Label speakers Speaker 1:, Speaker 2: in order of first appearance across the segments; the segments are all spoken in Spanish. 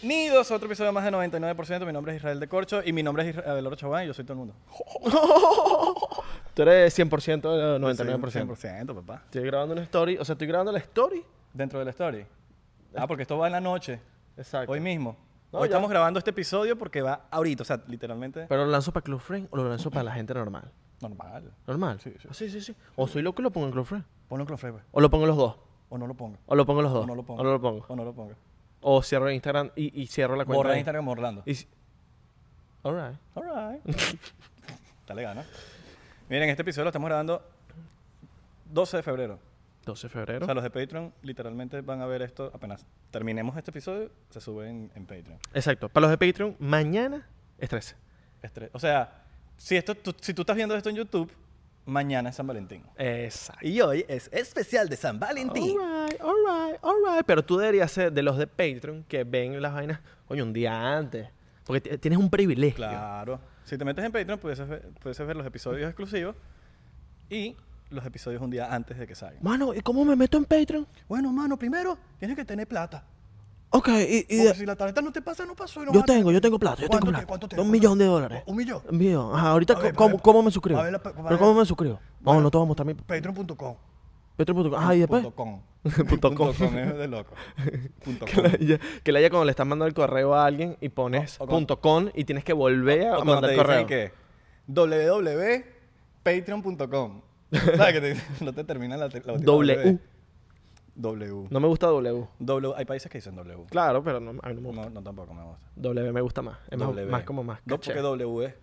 Speaker 1: Bienvenidos a otro episodio más de 99%. Mi nombre es Israel de Corcho y mi nombre es Israel Oro Chabán y yo soy todo el mundo.
Speaker 2: Tú eres 100%, eh, 99%.
Speaker 1: 100%, papá.
Speaker 2: Estoy grabando una story, o sea, estoy grabando la story.
Speaker 1: Dentro de la story. Ah, porque esto va en la noche.
Speaker 2: Eh. Exacto.
Speaker 1: Hoy mismo.
Speaker 2: No,
Speaker 1: Hoy
Speaker 2: ya.
Speaker 1: estamos grabando este episodio porque va ahorita. O sea, literalmente.
Speaker 2: Pero lo lanzo para Club Friend o lo lanzo para la gente normal.
Speaker 1: Normal.
Speaker 2: Normal.
Speaker 1: Sí, sí.
Speaker 2: Ah, sí, sí, sí. O soy loco y lo pongo en Club Friend.
Speaker 1: Ponlo en Clofre, pues.
Speaker 2: O lo pongo los dos.
Speaker 1: O no lo ponga.
Speaker 2: O lo pongo los dos.
Speaker 1: O no lo ponga.
Speaker 2: O no lo pongo.
Speaker 1: O no lo ponga.
Speaker 2: O cierro Instagram y, y cierro la cuenta.
Speaker 1: Borra
Speaker 2: ahí.
Speaker 1: Instagram Orlando.
Speaker 2: Y si- All right.
Speaker 1: Alright. Dale gana. Miren, este episodio lo estamos grabando 12 de febrero.
Speaker 2: 12 de
Speaker 1: O
Speaker 2: febrero.
Speaker 1: sea, los de Patreon literalmente van a ver esto apenas terminemos este episodio, se sube en, en Patreon.
Speaker 2: Exacto. Para los de Patreon, mañana es 13.
Speaker 1: Estre- O sea, si, esto, tú, si tú estás viendo esto en YouTube, mañana es San Valentín. Oh,
Speaker 2: Exacto.
Speaker 1: Y hoy es especial de San Valentín.
Speaker 2: Alright, alright, alright. Pero tú deberías ser de los de Patreon que ven las vainas, coño, un día antes. Porque t- tienes un privilegio.
Speaker 1: Claro. Si te metes en Patreon, puedes ver, puedes ver los episodios exclusivos y los episodios un día antes de que salgan.
Speaker 2: Mano, ¿y cómo me meto en Patreon?
Speaker 1: Bueno, mano, primero tienes que tener plata.
Speaker 2: Ok, y, y-
Speaker 1: Porque si la tarjeta no te pasa, no pasó. y no
Speaker 2: yo
Speaker 1: vas a-
Speaker 2: tengo, yo tengo plata, yo tengo
Speaker 1: ¿Cuánto te-
Speaker 2: plata.
Speaker 1: cuánto te-
Speaker 2: un
Speaker 1: cuánto-
Speaker 2: millón de dólares.
Speaker 1: ¿Un millón?
Speaker 2: Un millón. Ajá, ahorita,
Speaker 1: A ver,
Speaker 2: co-
Speaker 1: a
Speaker 2: ¿cómo,
Speaker 1: ver.
Speaker 2: cómo me suscribo?
Speaker 1: A ver la pa-
Speaker 2: ¿Pero
Speaker 1: para-
Speaker 2: cómo me suscribo? Vamos, no te voy a mostrar mi...
Speaker 1: Patreon.com.
Speaker 2: Patreon.com. Ajá, y después...
Speaker 1: Punto com.
Speaker 2: Punto com.
Speaker 1: es de loco. Punto
Speaker 2: Que
Speaker 1: com.
Speaker 2: la, haya, que la haya cuando le estás mandando el correo a alguien y pones
Speaker 1: O- o cuando-
Speaker 2: punto .com y tienes que volver a
Speaker 1: O cuando
Speaker 2: mandar
Speaker 1: te
Speaker 2: el
Speaker 1: dicen
Speaker 2: correo.
Speaker 1: que www.patreon.com. ¿Sabes que te- no te termina la, te- la última
Speaker 2: W.
Speaker 1: W.
Speaker 2: No me gusta W.
Speaker 1: W. Hay países que dicen W.
Speaker 2: Claro, pero no, a mí no me gusta.
Speaker 1: No, no tampoco me gusta.
Speaker 2: W me gusta más. Es más,
Speaker 1: W.
Speaker 2: más como más.
Speaker 1: No,
Speaker 2: caché.
Speaker 1: porque W es.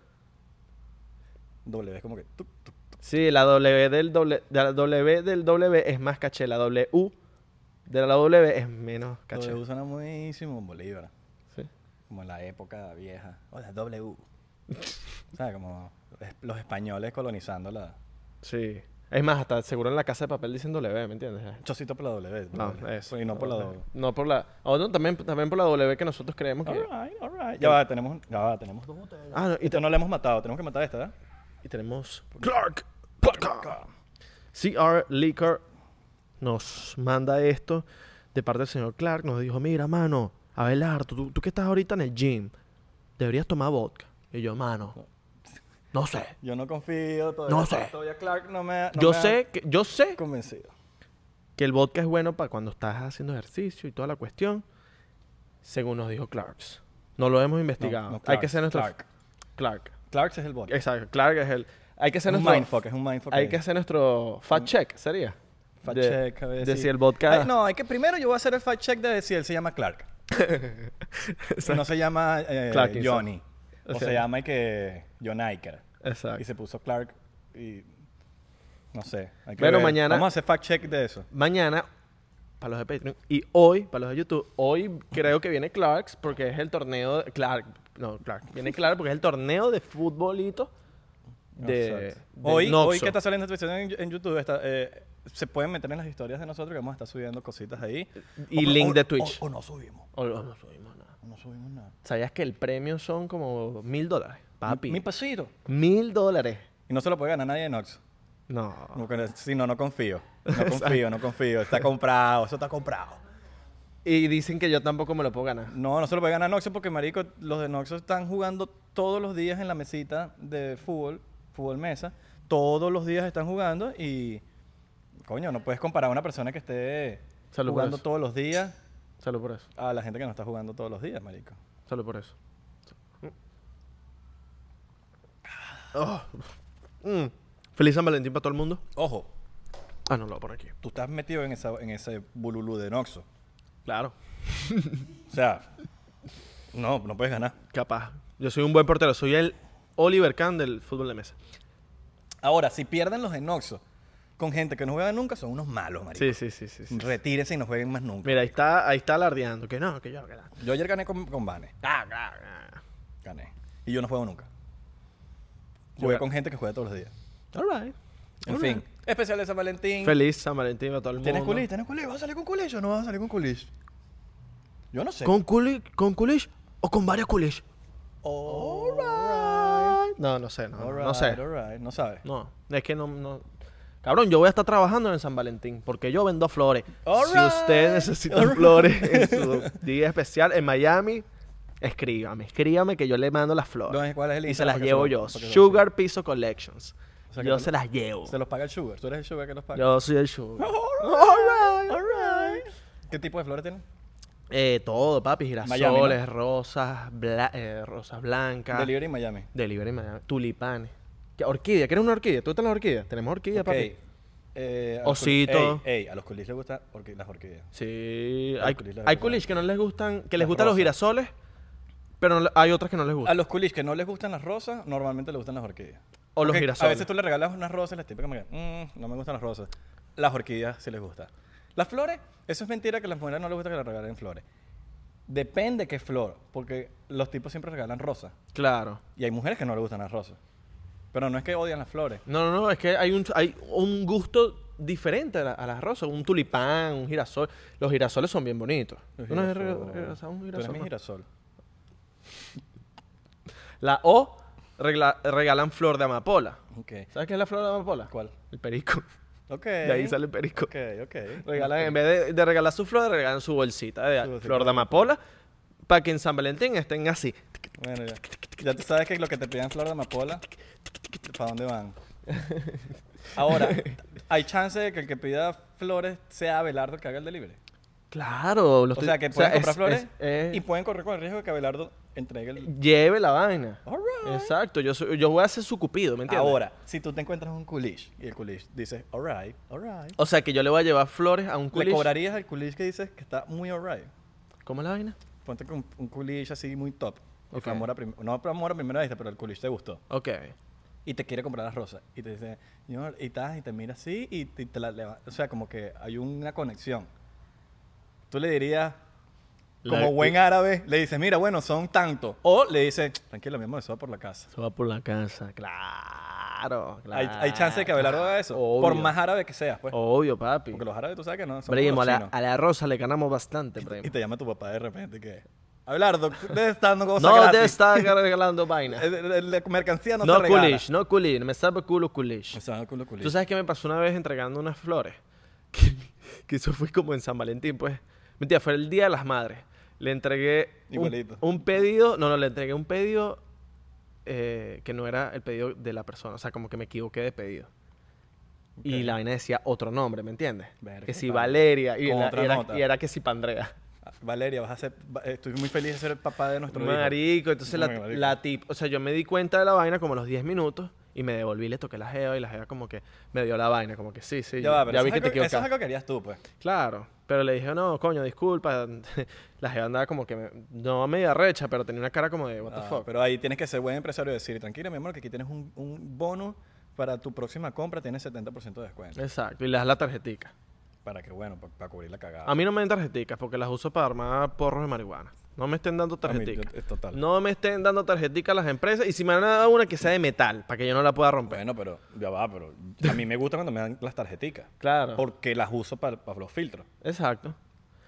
Speaker 1: W es como que. tuc, tuc.
Speaker 2: Sí, la W del doble, de la W del W es más caché. La W de la W es menos caché.
Speaker 1: W suena muchísimo en Bolívar.
Speaker 2: Sí.
Speaker 1: Como en la época vieja. O la W. ¿Sabes? Como es- los españoles colonizando la.
Speaker 2: Sí. Es más, hasta seguro en la casa de papel dicen W, ¿me entiendes? Ah,
Speaker 1: Chocito por la W.
Speaker 2: No,
Speaker 1: W.
Speaker 2: Ah, eso.
Speaker 1: Y no por la W.
Speaker 2: No por la. o no, también, también por la W que nosotros creemos que.
Speaker 1: Alright, alright. Ya va, tenemos, ya va, tenemos dos botellas.
Speaker 2: Ah, no, y,
Speaker 1: Esta no la hemos matado, tenemos que matar esta, ¿verdad?
Speaker 2: y tenemos. Clark. Vodka. CR Liquor nos manda esto de parte del señor Clark. Nos dijo: Mira, mano, Abelardo, tú, tú que estás ahorita en el gym, deberías tomar vodka. Y yo, mano, no sé.
Speaker 1: Yo no confío todavía.
Speaker 2: No sé.
Speaker 1: Todavía Clark no me, no
Speaker 2: yo
Speaker 1: me ha
Speaker 2: sé que, yo sé
Speaker 1: convencido.
Speaker 2: que el vodka es bueno para cuando estás haciendo ejercicio y toda la cuestión, según nos dijo Clarks. No lo hemos investigado.
Speaker 1: no,
Speaker 2: hay que
Speaker 1: Clarks,
Speaker 2: ser nuestro
Speaker 1: Clark.
Speaker 2: Clark.
Speaker 1: Clark es el bot. Es
Speaker 2: Exacto, Clark es el hay que ser
Speaker 1: un
Speaker 2: nuestro
Speaker 1: mindfuck, es un mindfuck.
Speaker 2: hay
Speaker 1: ahí.
Speaker 2: que hacer nuestro fact check, sería.
Speaker 1: fact
Speaker 2: De-
Speaker 1: check a ver
Speaker 2: de si el vodka-
Speaker 1: Ay, no, hay que primero yo voy a hacer el fact check de si él se llama Clark. Si no se llama eh,
Speaker 2: Clarkinson.
Speaker 1: Johnny. O,
Speaker 2: O
Speaker 1: se
Speaker 2: sea-
Speaker 1: llama y que John Iker. Y
Speaker 2: Exacto.
Speaker 1: se puso Clark y no sé. hay que
Speaker 2: Bueno,
Speaker 1: ver.
Speaker 2: mañana-
Speaker 1: Vamos a hacer fact check de eso.
Speaker 2: Mañana para los de Patreon y hoy para los de YouTube. Hoy creo que viene Clarks porque es el torneo de- Clark, no, Clark. Viene Clark porque es el torneo de futbolito de,
Speaker 1: Exacto.
Speaker 2: de
Speaker 1: hoy, hoy
Speaker 2: Noxo.
Speaker 1: que está saliendo esta episodio en, en YouTube, está, eh, se pueden meter en las historias de nosotros que vamos a estar subiendo cositas ahí.
Speaker 2: Y
Speaker 1: O-
Speaker 2: link
Speaker 1: o-
Speaker 2: de Twitch.
Speaker 1: O, o no subimos.
Speaker 2: O- o no subimos nada.
Speaker 1: o no subimos nada.
Speaker 2: ¿Sabías que el premio son como mil dólares? Papi.
Speaker 1: Mi pasito.
Speaker 2: Mil dólares.
Speaker 1: Y no se lo puede ganar nadie en Ox.
Speaker 2: No.
Speaker 1: Porque Si no, no confío. No confío, no confío. Está comprado, eso está comprado.
Speaker 2: Y dicen que yo tampoco me lo puedo ganar.
Speaker 1: No, no se lo puede ganar Noxo porque, marico, los de Noxo están jugando todos los días en la mesita de fútbol, fútbol mesa. Todos los días están jugando y, coño, no puedes comparar a una persona que esté
Speaker 2: Salud pues. por
Speaker 1: jugando
Speaker 2: eso.
Speaker 1: todos los días
Speaker 2: Salud por eso.
Speaker 1: a la gente que no está jugando todos los días, marico.
Speaker 2: Salud por eso. Oh. Mm. Feliz San Valentín para todo el mundo.
Speaker 1: Ojo,
Speaker 2: Ah, no, lo voy a poner aquí.
Speaker 1: tú estás metido en, esa, en ese bululú de Noxo.
Speaker 2: Claro.
Speaker 1: O sea, no, no puedes ganar.
Speaker 2: Capaz. Yo soy un buen portero. Soy el Oliver Kahn del fútbol de mesa.
Speaker 1: Ahora, si pierden los de Noxo con gente que no juega nunca, son unos malos, marico.
Speaker 2: Sí, sí, sí, sí. sí.
Speaker 1: Retírese y no jueguen más nunca.
Speaker 2: Mira, ahí está, ahí está alardeando. Que no, que yo, que no.
Speaker 1: Yo ayer gané con, con Vane.
Speaker 2: Ah, claro, claro.
Speaker 1: Gané. Y yo no juego nunca.
Speaker 2: Yo
Speaker 1: Jugué
Speaker 2: ga-
Speaker 1: con gente que juega todos los días.
Speaker 2: All right.
Speaker 1: En
Speaker 2: All
Speaker 1: fin.
Speaker 2: right.
Speaker 1: Especial de San Valentín.
Speaker 2: Feliz San Valentín para todo el mundo.
Speaker 1: ¿Tienes culis? ¿Tienes culis? ¿Vas a salir con culis o no vas a salir con culis? Yo no sé.
Speaker 2: ¿Con, culi ¿Con culish o con varios culish?
Speaker 1: Alright.
Speaker 2: No, no sé, no, no,
Speaker 1: Alright,
Speaker 2: no sé.
Speaker 1: alright. No sabes.
Speaker 2: No, es que no, no. Cabrón, yo voy a estar trabajando en el San Valentín porque yo vendo flores. Si
Speaker 1: Alright,
Speaker 2: usted necesita
Speaker 1: alright.
Speaker 2: flores en su día especial en Miami, Escríbame, escríbame que yo le mando las flores.
Speaker 1: ¿Dónde- cuál es el
Speaker 2: y se
Speaker 1: Instagram
Speaker 2: las
Speaker 1: para que
Speaker 2: llevo
Speaker 1: se lo- para
Speaker 2: yo.
Speaker 1: que se lo
Speaker 2: Sugar Piso Collections.
Speaker 1: O sea que
Speaker 2: yo
Speaker 1: tú-
Speaker 2: se las llevo.
Speaker 1: Se los paga el sugar. Tú eres el sugar que los paga.
Speaker 2: Yo soy el Sugar.
Speaker 1: Alright, alright. ¿Qué tipo de flores tienen?
Speaker 2: Eh, todo, papi. Girasoles,
Speaker 1: Miami, ¿no?
Speaker 2: rosas, bla- eh, rosas blancas.
Speaker 1: Delivery en Miami.
Speaker 2: Delivery Miami. Tulipanes. ¿Qué- Orquídea, ¿quieres una orquídea? ¿Tú estás las orquídeas? Tenemos orquídeas,
Speaker 1: Ok.
Speaker 2: papi.
Speaker 1: Eh, a los
Speaker 2: Osito.
Speaker 1: culis- Ey, ey, a los culis les gustan orqui- las orquídeas.
Speaker 2: Sí.
Speaker 1: Hay
Speaker 2: Hay,
Speaker 1: culis, las
Speaker 2: hay
Speaker 1: rosas.
Speaker 2: culis que no les gustan, que les
Speaker 1: Las
Speaker 2: gustan los
Speaker 1: rosas.
Speaker 2: girasoles, pero no- hay otras que no les
Speaker 1: A
Speaker 2: gustan.
Speaker 1: los culis que no les gustan las rosas, normalmente les gustan las orquídeas.
Speaker 2: O los
Speaker 1: Porque
Speaker 2: girasoles.
Speaker 1: A veces tú le regalas unas rosas y las típicas como que, "Mm, no me gustan las rosas. Las orquídeas sí les gustan. Las flores, eso es mentira que a las mujeres no les gusta que les regalen flores. Depende qué flor, porque los tipos siempre regalan rosas.
Speaker 2: Claro.
Speaker 1: Y hay mujeres que no les gustan las rosas. Pero no es que odian las flores.
Speaker 2: No, no, no, es que hay un, hay un gusto diferente a, la- a las rosas. Un tulipán, un girasol. Los girasoles son bien bonitos.
Speaker 1: Los
Speaker 2: ¿Tú no has
Speaker 1: girasoles.
Speaker 2: re- regresado un
Speaker 1: Tú eres
Speaker 2: girasol,
Speaker 1: mi
Speaker 2: no?
Speaker 1: girasol.
Speaker 2: La O regla- regalan flor de amapola.
Speaker 1: Ok.
Speaker 2: ¿Sabes qué es la flor de amapola?
Speaker 1: ¿Cuál?
Speaker 2: El perico.
Speaker 1: Ok.
Speaker 2: De ahí sale el perico.
Speaker 1: Ok, ok.
Speaker 2: Regalan, en vez de, de regalar su flor, regalan su bolsita de
Speaker 1: Su bolsita.
Speaker 2: flor de amapola para que en San Valentín estén así.
Speaker 1: Bueno, ya. Ya tú sabes que lo que te pidan flor de amapola, ¿para dónde van? Ahora, ¿hay chance de que el que pida flores sea Abelardo el que haga el delivery?
Speaker 2: Claro. los
Speaker 1: O
Speaker 2: tu-
Speaker 1: sea, que pueden
Speaker 2: es-
Speaker 1: comprar flores
Speaker 2: es- es- Eh,
Speaker 1: y pueden correr con el riesgo de que Abelardo entregue el...
Speaker 2: lleve la vaina.
Speaker 1: All right.
Speaker 2: Exacto. Yo, soy- yo voy a ser su cupido, ¿me eh, entiendes?
Speaker 1: Oh. Ahora, si tú te encuentras un culish y el culish dice, alright, alright,
Speaker 2: O sea, que yo le voy a llevar flores a un
Speaker 1: ¿le
Speaker 2: culish.
Speaker 1: cobrarías al culish que dices que está muy alright?
Speaker 2: ¿Cómo es la vaina?
Speaker 1: Ponte con un culish así muy top. Y
Speaker 2: Ok.
Speaker 1: fue amor a prim- no fue amor a primera vista, pero el culish te gustó.
Speaker 2: Ok.
Speaker 1: y te quiere comprar las rosas y te dice "Señor", y estás y te mira así y, te- y te la leva- o sea como que hay una conexión tú le dirías como
Speaker 2: La-
Speaker 1: buen árabe le dices mira bueno son tanto o le dices tranquilo mi amor eso va por la casa
Speaker 2: Se va por la casa. Claro. claro
Speaker 1: hay, hay chance de que Abelardo haga eso
Speaker 2: Obvio.
Speaker 1: por más árabe que seas pues
Speaker 2: Obvio, papi.
Speaker 1: porque los árabes tú sabes que no son
Speaker 2: Primo, a la,
Speaker 1: golosinos.
Speaker 2: a la rosa le ganamos bastante,
Speaker 1: y
Speaker 2: primo.
Speaker 1: te llama tu papá de repente que Abelardo debe estar dando cosas
Speaker 2: No
Speaker 1: gratis
Speaker 2: te está regalando vaina.
Speaker 1: Eh, eh, la mercancía no,
Speaker 2: No
Speaker 1: se regala
Speaker 2: culish, no culish. Me sabe culo culish.
Speaker 1: O sea, culo culish.
Speaker 2: Tú sabes que me pasó una vez entregando unas flores. Que, que eso fue como en San Valentín, pues. Mentira, fue el Día de las Madres. Le entregué un,
Speaker 1: Igualito.
Speaker 2: un pedido. No, no, le entregué un pedido eh, que no era el pedido de la persona. O sea, como que me equivoqué de pedido. Y
Speaker 1: Ok.
Speaker 2: la vaina decía otro nombre, ¿me entiendes?
Speaker 1: Verga,
Speaker 2: que si
Speaker 1: padre.
Speaker 2: Valeria. Y,
Speaker 1: Con
Speaker 2: era,
Speaker 1: otra
Speaker 2: y era-
Speaker 1: nota.
Speaker 2: y era que si Pandrea.
Speaker 1: Valeria, vas a ser, va- eh, estoy muy feliz de ser el papá de nuestro hijo.
Speaker 2: Marico, entonces la,
Speaker 1: Muy marico.
Speaker 2: la tip, o sea, yo me di cuenta de la vaina como a los 10 minutos y me devolví, le toqué la jeva y la jeva como que me dio la vaina, como que sí, sí,
Speaker 1: Ya, va, pero
Speaker 2: vi
Speaker 1: eso,
Speaker 2: que
Speaker 1: es algo, eso
Speaker 2: te
Speaker 1: es
Speaker 2: equivocaste.
Speaker 1: algo que harías tú, pues.
Speaker 2: Claro, pero le dije, no, coño, disculpa, la jeva andaba como que, me- no media recha, pero tenía una cara como de, what the
Speaker 1: Ah,
Speaker 2: fuck.
Speaker 1: Pero ahí tienes que ser buen empresario y decir, tranquila, mi amor, que aquí tienes un, un bono para tu próxima compra, tienes 70% de descuento.
Speaker 2: Exacto, y le das la tarjetica.
Speaker 1: Para que, bueno, para, cubrir la cagada.
Speaker 2: A mí no me den tarjeticas porque las uso para armar porros de marihuana. No me estén
Speaker 1: A
Speaker 2: dando
Speaker 1: mí,
Speaker 2: tarjeticas.
Speaker 1: yo- es total.
Speaker 2: No me estén dando tarjeticas las empresas y si me van a dar una que sea de metal para que yo no la pueda romper.
Speaker 1: Bueno, pero ya va, pero a mí me gusta cuando me dan las tarjeticas.
Speaker 2: Claro.
Speaker 1: Porque las uso para, para los filtros.
Speaker 2: Exacto.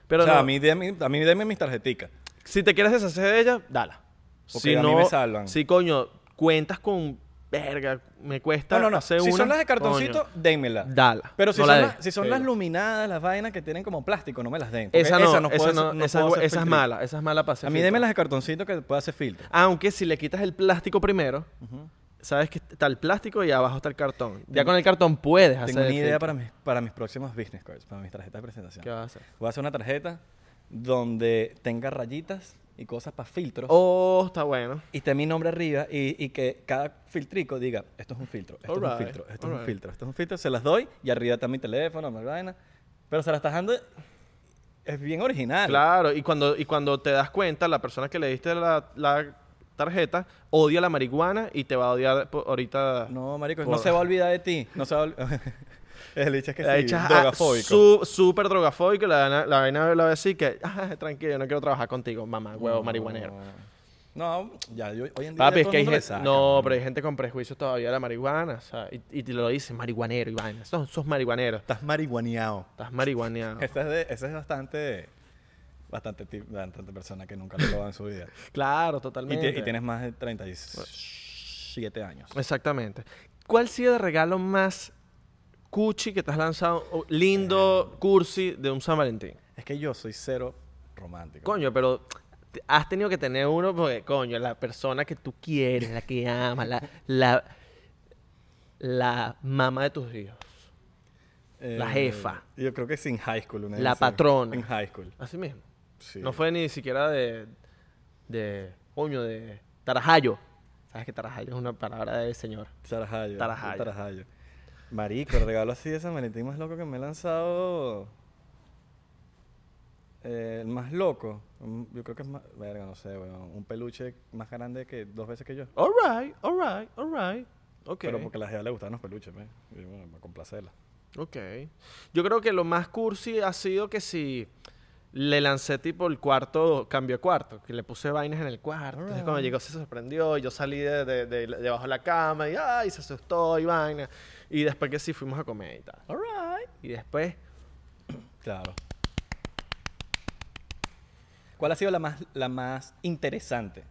Speaker 2: Pero
Speaker 1: o sea,
Speaker 2: no-
Speaker 1: a, mí, deme- a mí deme mis tarjeticas.
Speaker 2: Si te quieres deshacer de ella, dala.
Speaker 1: Porque a mí me salvan.
Speaker 2: Si, coño, cuentas con... Verga, me cuesta
Speaker 1: No, no, no. Si
Speaker 2: hacer una,
Speaker 1: son las de cartoncito,
Speaker 2: coño,
Speaker 1: démela.
Speaker 2: dala.
Speaker 1: Pero si
Speaker 2: No la
Speaker 1: son,
Speaker 2: des.
Speaker 1: las- si son
Speaker 2: Sí.
Speaker 1: las luminadas, las vainas que tienen como plástico, no me las den. porque
Speaker 2: Esa no, esa no,
Speaker 1: puede
Speaker 2: esa,
Speaker 1: ser- no
Speaker 2: esa,
Speaker 1: puedo hacer
Speaker 2: es
Speaker 1: filtro.
Speaker 2: mala, esa es mala para hacer
Speaker 1: A mí
Speaker 2: filtro.
Speaker 1: deme las de cartoncito que pueda hacer filtro.
Speaker 2: Aunque si le quitas el plástico primero, sabes que está el plástico y abajo está el cartón. Ya con el cartón puedes hacer
Speaker 1: Tengo una
Speaker 2: el
Speaker 1: idea
Speaker 2: filtro.
Speaker 1: para mis, para mis próximos business cards, para mis tarjetas de presentación.
Speaker 2: ¿Qué vas a hacer?
Speaker 1: Voy a hacer una tarjeta donde tenga rayitas y cosas para filtros.
Speaker 2: Oh, está bueno.
Speaker 1: Y esté mi nombre arriba y, y que cada filtrico diga, esto es un filtro, esto es
Speaker 2: Alright,
Speaker 1: un filtro, esto es un
Speaker 2: alright.
Speaker 1: filtro, esto es un filtro. Se las doy y arriba está mi teléfono, mi vaina. Pero se las estás dando... Es bien original.
Speaker 2: Claro, y cuando, y cuando te das cuenta, la persona que le diste la, la tarjeta odia la marihuana y te va a odiar po- ahorita.
Speaker 1: No, marico, no
Speaker 2: Por-
Speaker 1: se va a olvidar de ti. No se va a olvidar... El dicho es que
Speaker 2: La
Speaker 1: sí,
Speaker 2: hecha
Speaker 1: drogafóbico.
Speaker 2: su- Súper drogafóbico. La vaina, la vaina la va a decir que, ah, tranquilo, no quiero trabajar contigo, mamá, huevo marihuanero.
Speaker 1: No, ya, yo, hoy en día
Speaker 2: Papi,
Speaker 1: ya
Speaker 2: es
Speaker 1: todo el
Speaker 2: que hay
Speaker 1: mundo le
Speaker 2: gente,
Speaker 1: saca,
Speaker 2: no,
Speaker 1: mano.
Speaker 2: pero hay gente con prejuicios todavía de la marihuana, o sea, y, y te lo dicen, marihuanero, Iván, sos, sos marihuanero,
Speaker 1: Estás marihuaneado.
Speaker 2: estás marihuaneado.
Speaker 1: Esa es, de- esa es bastante, bastante, ti- bastante persona que nunca lo ha probado en su vida.
Speaker 2: claro,
Speaker 1: Y,
Speaker 2: totalmente.
Speaker 1: ti- y tienes más de 37 años.
Speaker 2: Pues, Exactamente. ¿Cuál ha sido el regalo más cuchi que te has lanzado, o lindo, cursi, de un San Valentín?
Speaker 1: Es que yo soy cero romántico.
Speaker 2: Coño, pero te- te- has tenido que tener uno porque, coño, la persona que tú quieres, la que amas, la, la, la mamá de tus hijos. La jefa.
Speaker 1: Eh, Yo creo que es en high school. Una
Speaker 2: La
Speaker 1: vez, sí.
Speaker 2: patrona.
Speaker 1: En high school.
Speaker 2: Así mismo.
Speaker 1: Sí.
Speaker 2: No fue ni siquiera de, de, coño, de tarajayo. ¿Sabes que tarajayo es una palabra de señor?
Speaker 1: Tarajayo. un
Speaker 2: Tarajayo.
Speaker 1: Tarajayo. Marico, el regalo así de San Valentín más loco que me he lanzado. eh, el más loco. mm, Yo creo que es más. Verga, no sé, weón. Un peluche más grande que dos veces que yo.
Speaker 2: All right, all right, all right. Ok.
Speaker 1: Pero porque a la jeva le gustaban los peluches, pues. Y bueno, para complacerla.
Speaker 2: Ok. Yo creo que lo más cursi ha sido que si le lancé tipo el cuarto, cambio de cuarto, que le puse vainas en el cuarto. Entonces cuando llegó se sorprendió, y yo salí de, de- de- debajo de la cama y ay, se asustó y vaina. Y después que sí fuimos a comer y tal. All right. Y después,
Speaker 1: Claro. ¿Cuál ha sido la más, la más interesante?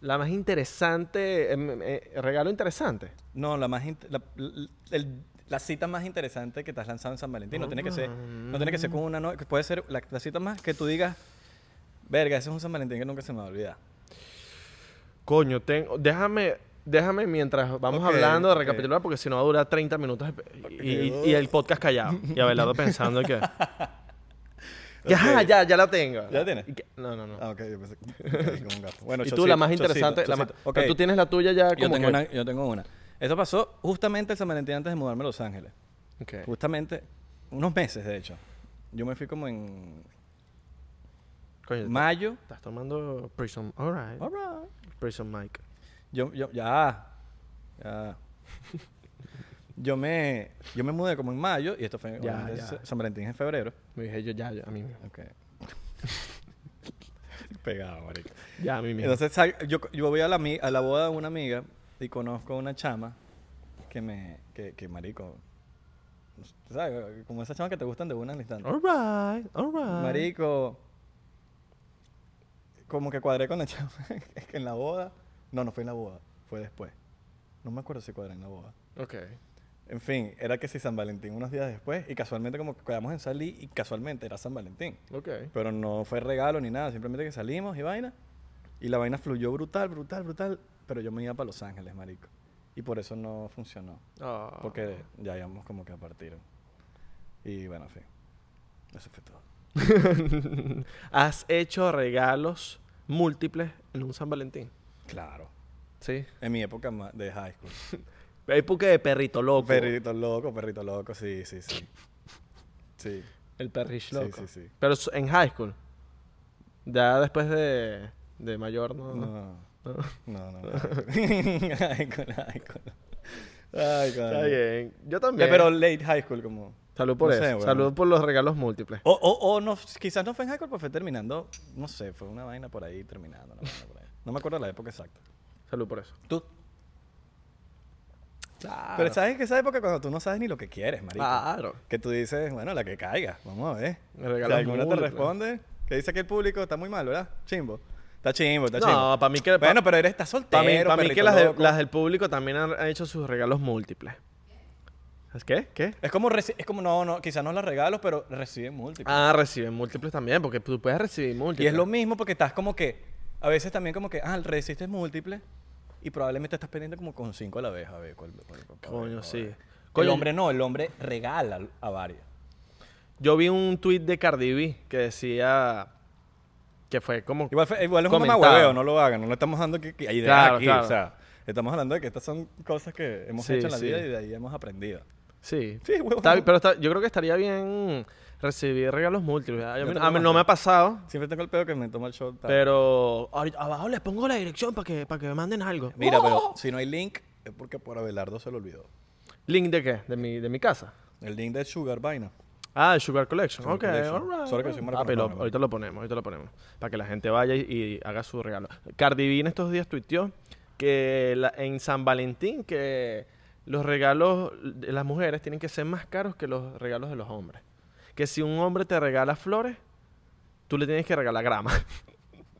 Speaker 2: la más interesante, em, em, eh, regalo interesante.
Speaker 1: No, la más int- la, l- el- la cita más interesante que te has lanzado en San Valentín. No tiene que ser, no tiene que ser con una no- que Puede ser la, la cita más que tú digas, verga, ese es un San Valentín que nunca se me va a olvidar.
Speaker 2: Coño, tengo, déjame, déjame mientras vamos
Speaker 1: Ok,
Speaker 2: hablando de
Speaker 1: ok.
Speaker 2: recapitular, porque si no va a durar 30 minutos y, y- y el podcast callado. Y Abelardo pensando que. que, ajá,
Speaker 1: Ok.
Speaker 2: ya, ya la tengo.
Speaker 1: ¿Ya la tienes?
Speaker 2: Y que- No, no, no.
Speaker 1: Ah, ok, yo pensé ok, como un gato. Bueno,
Speaker 2: y tú,
Speaker 1: chocito,
Speaker 2: la más
Speaker 1: chocito,
Speaker 2: interesante. la más-
Speaker 1: chocito. Ok,
Speaker 2: pero tú tienes la tuya ya como
Speaker 1: yo, tengo
Speaker 2: que-
Speaker 1: una, yo tengo una. Eso pasó justamente el San Valentín antes de mudarme a Los Ángeles.
Speaker 2: Ok.
Speaker 1: Justamente, unos meses de hecho. Yo me fui como en
Speaker 2: Coño,
Speaker 1: mayo.
Speaker 2: estás tomando Prison. All right.
Speaker 1: All right.
Speaker 2: Prison Mike.
Speaker 1: Yo, yo, ya. Ya. Yo me, yo me mudé como en mayo y esto fue
Speaker 2: Ya,
Speaker 1: obviamente,
Speaker 2: ya.
Speaker 1: Sa- San Valentín es en febrero.
Speaker 2: Me dije yo ya, ya, a mí mismo.
Speaker 1: Ok. Pegado, marico.
Speaker 2: Ya, a mí mismo.
Speaker 1: Entonces sal- yo, yo voy a la, ami- a la boda de una amiga y conozco a una chama que me, que, que marico, ¿sabes? Como esas chamas que te gustan de una al instante.
Speaker 2: all right, all right.
Speaker 1: Marico, como que cuadré con la chama es que en la boda. No, no fue en la boda, fue después. No me acuerdo si cuadré en la boda.
Speaker 2: Ok.
Speaker 1: En fin, era que si San Valentín unos días después y casualmente como que quedamos en salir y casualmente era San Valentín.
Speaker 2: Ok.
Speaker 1: Pero no fue regalo ni nada, simplemente que salimos y vaina. Y la vaina fluyó brutal, brutal, brutal. Pero yo me iba para Los Ángeles, marico. Y por eso no funcionó.
Speaker 2: Ah.
Speaker 1: Porque ya íbamos como que a partir. Y bueno, en fin. Eso fue todo.
Speaker 2: ¿Has hecho regalos múltiples en un San Valentín?
Speaker 1: Claro.
Speaker 2: Sí.
Speaker 1: En mi época ma- de high school.
Speaker 2: Época de perrito loco.
Speaker 1: Perrito loco, perrito loco, sí, sí, sí. Sí,
Speaker 2: El perrish
Speaker 1: Sí,
Speaker 2: loco.
Speaker 1: sí, sí.
Speaker 2: Pero s- en high school. Ya después de, de mayor, ¿no?
Speaker 1: no.
Speaker 2: No.
Speaker 1: No, no. no. High school, high school. Ay, coño.
Speaker 2: Está bien. Yo
Speaker 1: Ya,
Speaker 2: también.
Speaker 1: Pero late high school, como.
Speaker 2: Salud por
Speaker 1: no
Speaker 2: eso.
Speaker 1: sé, weón.
Speaker 2: Salud por los regalos múltiples.
Speaker 1: O, o, o no, quizás no fue en high school, pero fue terminando. No sé, fue una vaina por ahí terminando. una vaina por ahí. No me acuerdo la época exacta.
Speaker 2: Salud por eso.
Speaker 1: Tú.
Speaker 2: ah.
Speaker 1: Pero sabes que esa época cuando tú no sabes ni lo que quieres, marico.
Speaker 2: Claro.
Speaker 1: Que tú dices, bueno, la que caiga, vamos a ver.
Speaker 2: Me regalas
Speaker 1: Si alguna te
Speaker 2: múltiples.
Speaker 1: responde, que dice que el público está muy mal, ¿verdad? Chimbo. Está chimbo, está
Speaker 2: No,
Speaker 1: chimbo.
Speaker 2: pa' mí que- pa-
Speaker 1: Bueno, pero eres, estás
Speaker 2: Para
Speaker 1: soltero,
Speaker 2: mí, pa' mí
Speaker 1: perrito
Speaker 2: que las, de-
Speaker 1: loco.
Speaker 2: las del público también han, han hecho sus regalos múltiples. ¿Es qué? ¿Qué?
Speaker 1: Es como, reci- es como, no, no, quizás no las regalos, pero reciben múltiples.
Speaker 2: Ah, reciben múltiples también, porque tú puedes recibir múltiples.
Speaker 1: y es lo mismo porque estás como que, a veces también como que, ah, resistes múltiples y probablemente estás pendiente como con cinco a la vez, a ver, cuál, cuál- cuál- cuál-
Speaker 2: Coño,
Speaker 1: cuál-
Speaker 2: sí.
Speaker 1: el
Speaker 2: Coño,
Speaker 1: hombre no, el hombre regala a varios.
Speaker 2: Yo vi un tweet de Cardi B que decía que fue como
Speaker 1: Igual, fue- igual es un
Speaker 2: comentado.
Speaker 1: mamahueveo, no lo hagan, no le estamos dando que, que ideas
Speaker 2: Claro,
Speaker 1: aquí,
Speaker 2: claro.
Speaker 1: o sea, estamos hablando de que estas son cosas que hemos
Speaker 2: Sí,
Speaker 1: hecho en la
Speaker 2: sí.
Speaker 1: vida y de ahí hemos aprendido.
Speaker 2: Sí.
Speaker 1: Sí, huevón.
Speaker 2: Está bi- pero está- yo creo que estaría bien recibir regalos múltiples. ¿verdad? Yo
Speaker 1: Yo
Speaker 2: me-
Speaker 1: tengo
Speaker 2: a mí no
Speaker 1: más.
Speaker 2: me ha pasado,
Speaker 1: Siempre tengo el pedo que me toma el shot. tal.
Speaker 2: pero ahorita abajo les pongo la dirección para que, para que me manden algo.
Speaker 1: Mira,
Speaker 2: ¡Oh!
Speaker 1: pero si no hay link, es porque por Abelardo se lo olvidó.
Speaker 2: ¿Link de qué? De mi, de mi casa.
Speaker 1: El link de Sugar Vaina.
Speaker 2: Ah, el Sugar Collection.
Speaker 1: Sugar
Speaker 2: ok,
Speaker 1: Collection.
Speaker 2: all right.
Speaker 1: Solo que soy
Speaker 2: Ah,
Speaker 1: marca
Speaker 2: pero
Speaker 1: romana,
Speaker 2: ahorita lo ponemos, ahorita lo ponemos. Para que la gente vaya y, y haga su regalo. Cardi B en estos días tuiteó que la- en San Valentín que los regalos de las mujeres tienen que ser más caros que los regalos de los hombres. Que si un hombre te regala flores, tú le tienes que regalar grama.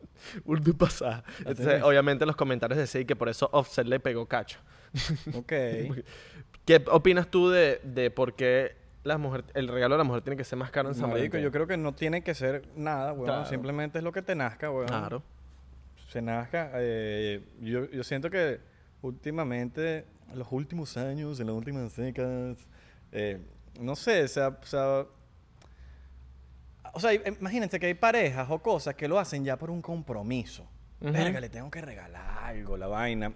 Speaker 2: Urdu
Speaker 1: Ah,
Speaker 2: pasada. Entonces,
Speaker 1: es.
Speaker 2: obviamente los comentarios decían que por eso Offset le pegó cacho.
Speaker 1: Ok.
Speaker 2: ¿Qué opinas tú de, de por qué la mujer, el regalo de la mujer tiene que ser más caro en San
Speaker 1: Marico,
Speaker 2: Valentín.
Speaker 1: yo creo que no tiene que ser nada, weón.
Speaker 2: Claro.
Speaker 1: Simplemente es lo que te nazca, weón.
Speaker 2: Claro.
Speaker 1: Se nazca. eh, yo, yo siento que últimamente, en los últimos años, en las últimas décadas, eh, no sé, o sea, o sea, o sea, imagínense que hay parejas o cosas que lo hacen ya por un compromiso.
Speaker 2: Ujú.
Speaker 1: Verga, le tengo que regalar algo, la vaina.